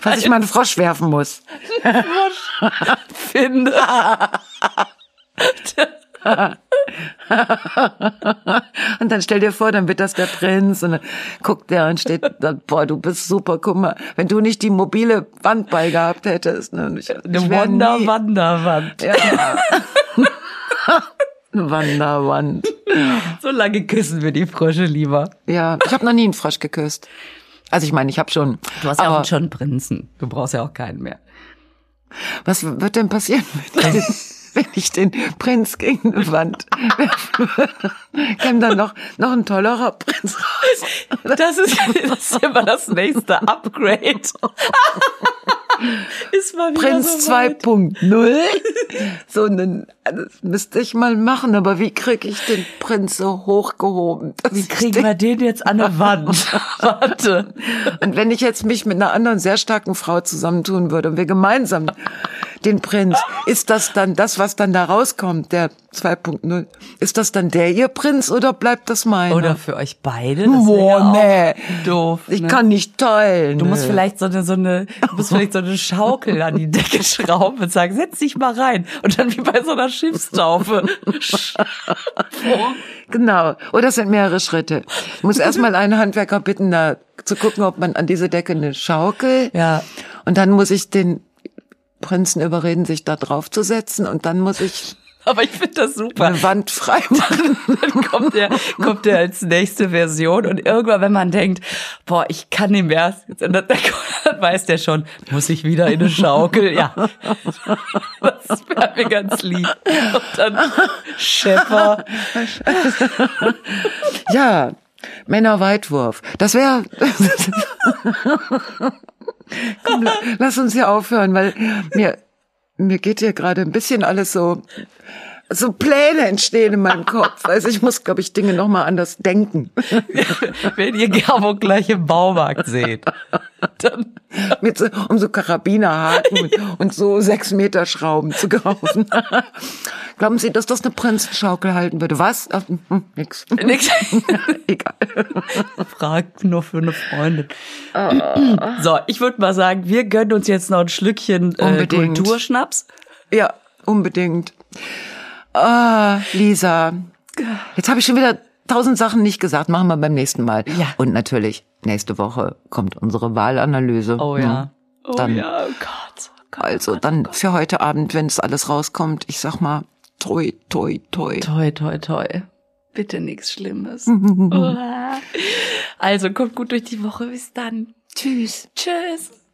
Speaker 1: Falls ich mal einen Frosch werfen muss.
Speaker 2: finde.
Speaker 1: Und dann stell dir vor, dann wird das der Prinz und dann guckt der und steht, dann, boah, du bist super, guck mal, wenn du nicht die mobile Wand bei gehabt hättest. Ne? Und ich, ich
Speaker 2: Eine
Speaker 1: wär nie-
Speaker 2: Wander Wanderwand.
Speaker 1: Ja. Eine Wanderwand.
Speaker 2: So lange küssen wir die Frösche lieber.
Speaker 1: Ja, ich habe noch nie einen Frosch geküsst. Also ich meine, ich habe schon.
Speaker 2: Du hast ja
Speaker 1: aber
Speaker 2: auch schon einen Prinzen. Du brauchst ja auch keinen mehr.
Speaker 1: was wird denn passieren, wenn ich den, wenn ich den Prinz gegen eine Wand werfen würde? Käme dann noch, noch ein tollerer Prinz raus.
Speaker 2: Das ist, das ist immer das nächste Upgrade. Ist mal wieder
Speaker 1: Prinz
Speaker 2: so weit.
Speaker 1: 2.0. So einen, das müsste ich mal machen, aber wie kriege ich den Prinz so hochgehoben? dass
Speaker 2: Wie
Speaker 1: ich
Speaker 2: kriegen wir den jetzt an der Wand? Warte.
Speaker 1: Und wenn ich jetzt mich mit einer anderen sehr starken Frau zusammentun würde und wir gemeinsam den Prinz, ist das dann das, was dann da rauskommt, der 2.0? Ist das dann der ihr Prinz oder bleibt das meiner?
Speaker 2: Oder für euch beide? Das wär
Speaker 1: Boah,
Speaker 2: ja
Speaker 1: nee.
Speaker 2: auch Doof.
Speaker 1: Ich
Speaker 2: ne?
Speaker 1: kann nicht teilen. Ne?
Speaker 2: Du musst vielleicht so eine, so eine, du musst vielleicht so eine Schaukel an die Decke schrauben und sagen, setz dich mal rein. Und dann wie bei so einer Schiffstaufe.
Speaker 1: Genau. Oder es sind mehrere Schritte. Ich muss erstmal einen Handwerker bitten, da zu gucken, ob man an diese Decke eine Schaukel.
Speaker 2: Ja.
Speaker 1: Und dann muss ich den Prinzen überreden, sich da drauf zu setzen. Und dann muss ich
Speaker 2: Aber ich finde das super.
Speaker 1: eine Wand frei machen.
Speaker 2: Dann kommt der, kommt der als nächste Version und irgendwann, wenn man denkt, boah, ich kann nicht mehr, dann, dann, dann weiß der schon, muss ich wieder in eine Schaukel? Ja. Das wäre mir ganz lieb. Und dann Schäfer.
Speaker 1: Ja, Männerweitwurf. Das wäre. Komm, la- lass uns hier aufhören, weil mir, mir geht hier gerade ein bisschen alles so. So Pläne entstehen in meinem Kopf. Also ich muss, glaube ich, Dinge nochmal anders denken.
Speaker 2: Wenn ihr Gabo gleich im Baumarkt seht, dann
Speaker 1: Mit so, um so Karabinerhaken und, und so sechs Meter Schrauben zu kaufen. Glauben Sie, dass das eine Prinzenschaukel halten würde? Was? Ach, hm, nix.
Speaker 2: nix.
Speaker 1: Egal.
Speaker 2: Fragt nur für eine Freundin. So, ich würde mal sagen, wir gönnen uns jetzt noch ein Schlückchen äh,
Speaker 1: Unbedingt.
Speaker 2: Kulturschnaps.
Speaker 1: Ja, unbedingt. Ah, Lisa, jetzt habe ich schon wieder tausend Sachen nicht gesagt. Machen wir beim nächsten Mal.
Speaker 2: Ja.
Speaker 1: Und natürlich, nächste Woche kommt unsere Wahlanalyse.
Speaker 2: Oh ja. Oh
Speaker 1: Mhm. Dann-
Speaker 2: ja, oh Gott. Oh Gott.
Speaker 1: Also dann für heute Abend, wenn es alles rauskommt, ich sag mal, toi, toi, toi.
Speaker 2: Toi, toi, toi. Bitte nichts Schlimmes. also kommt gut durch die Woche. Bis dann. Tschüss. Tschüss.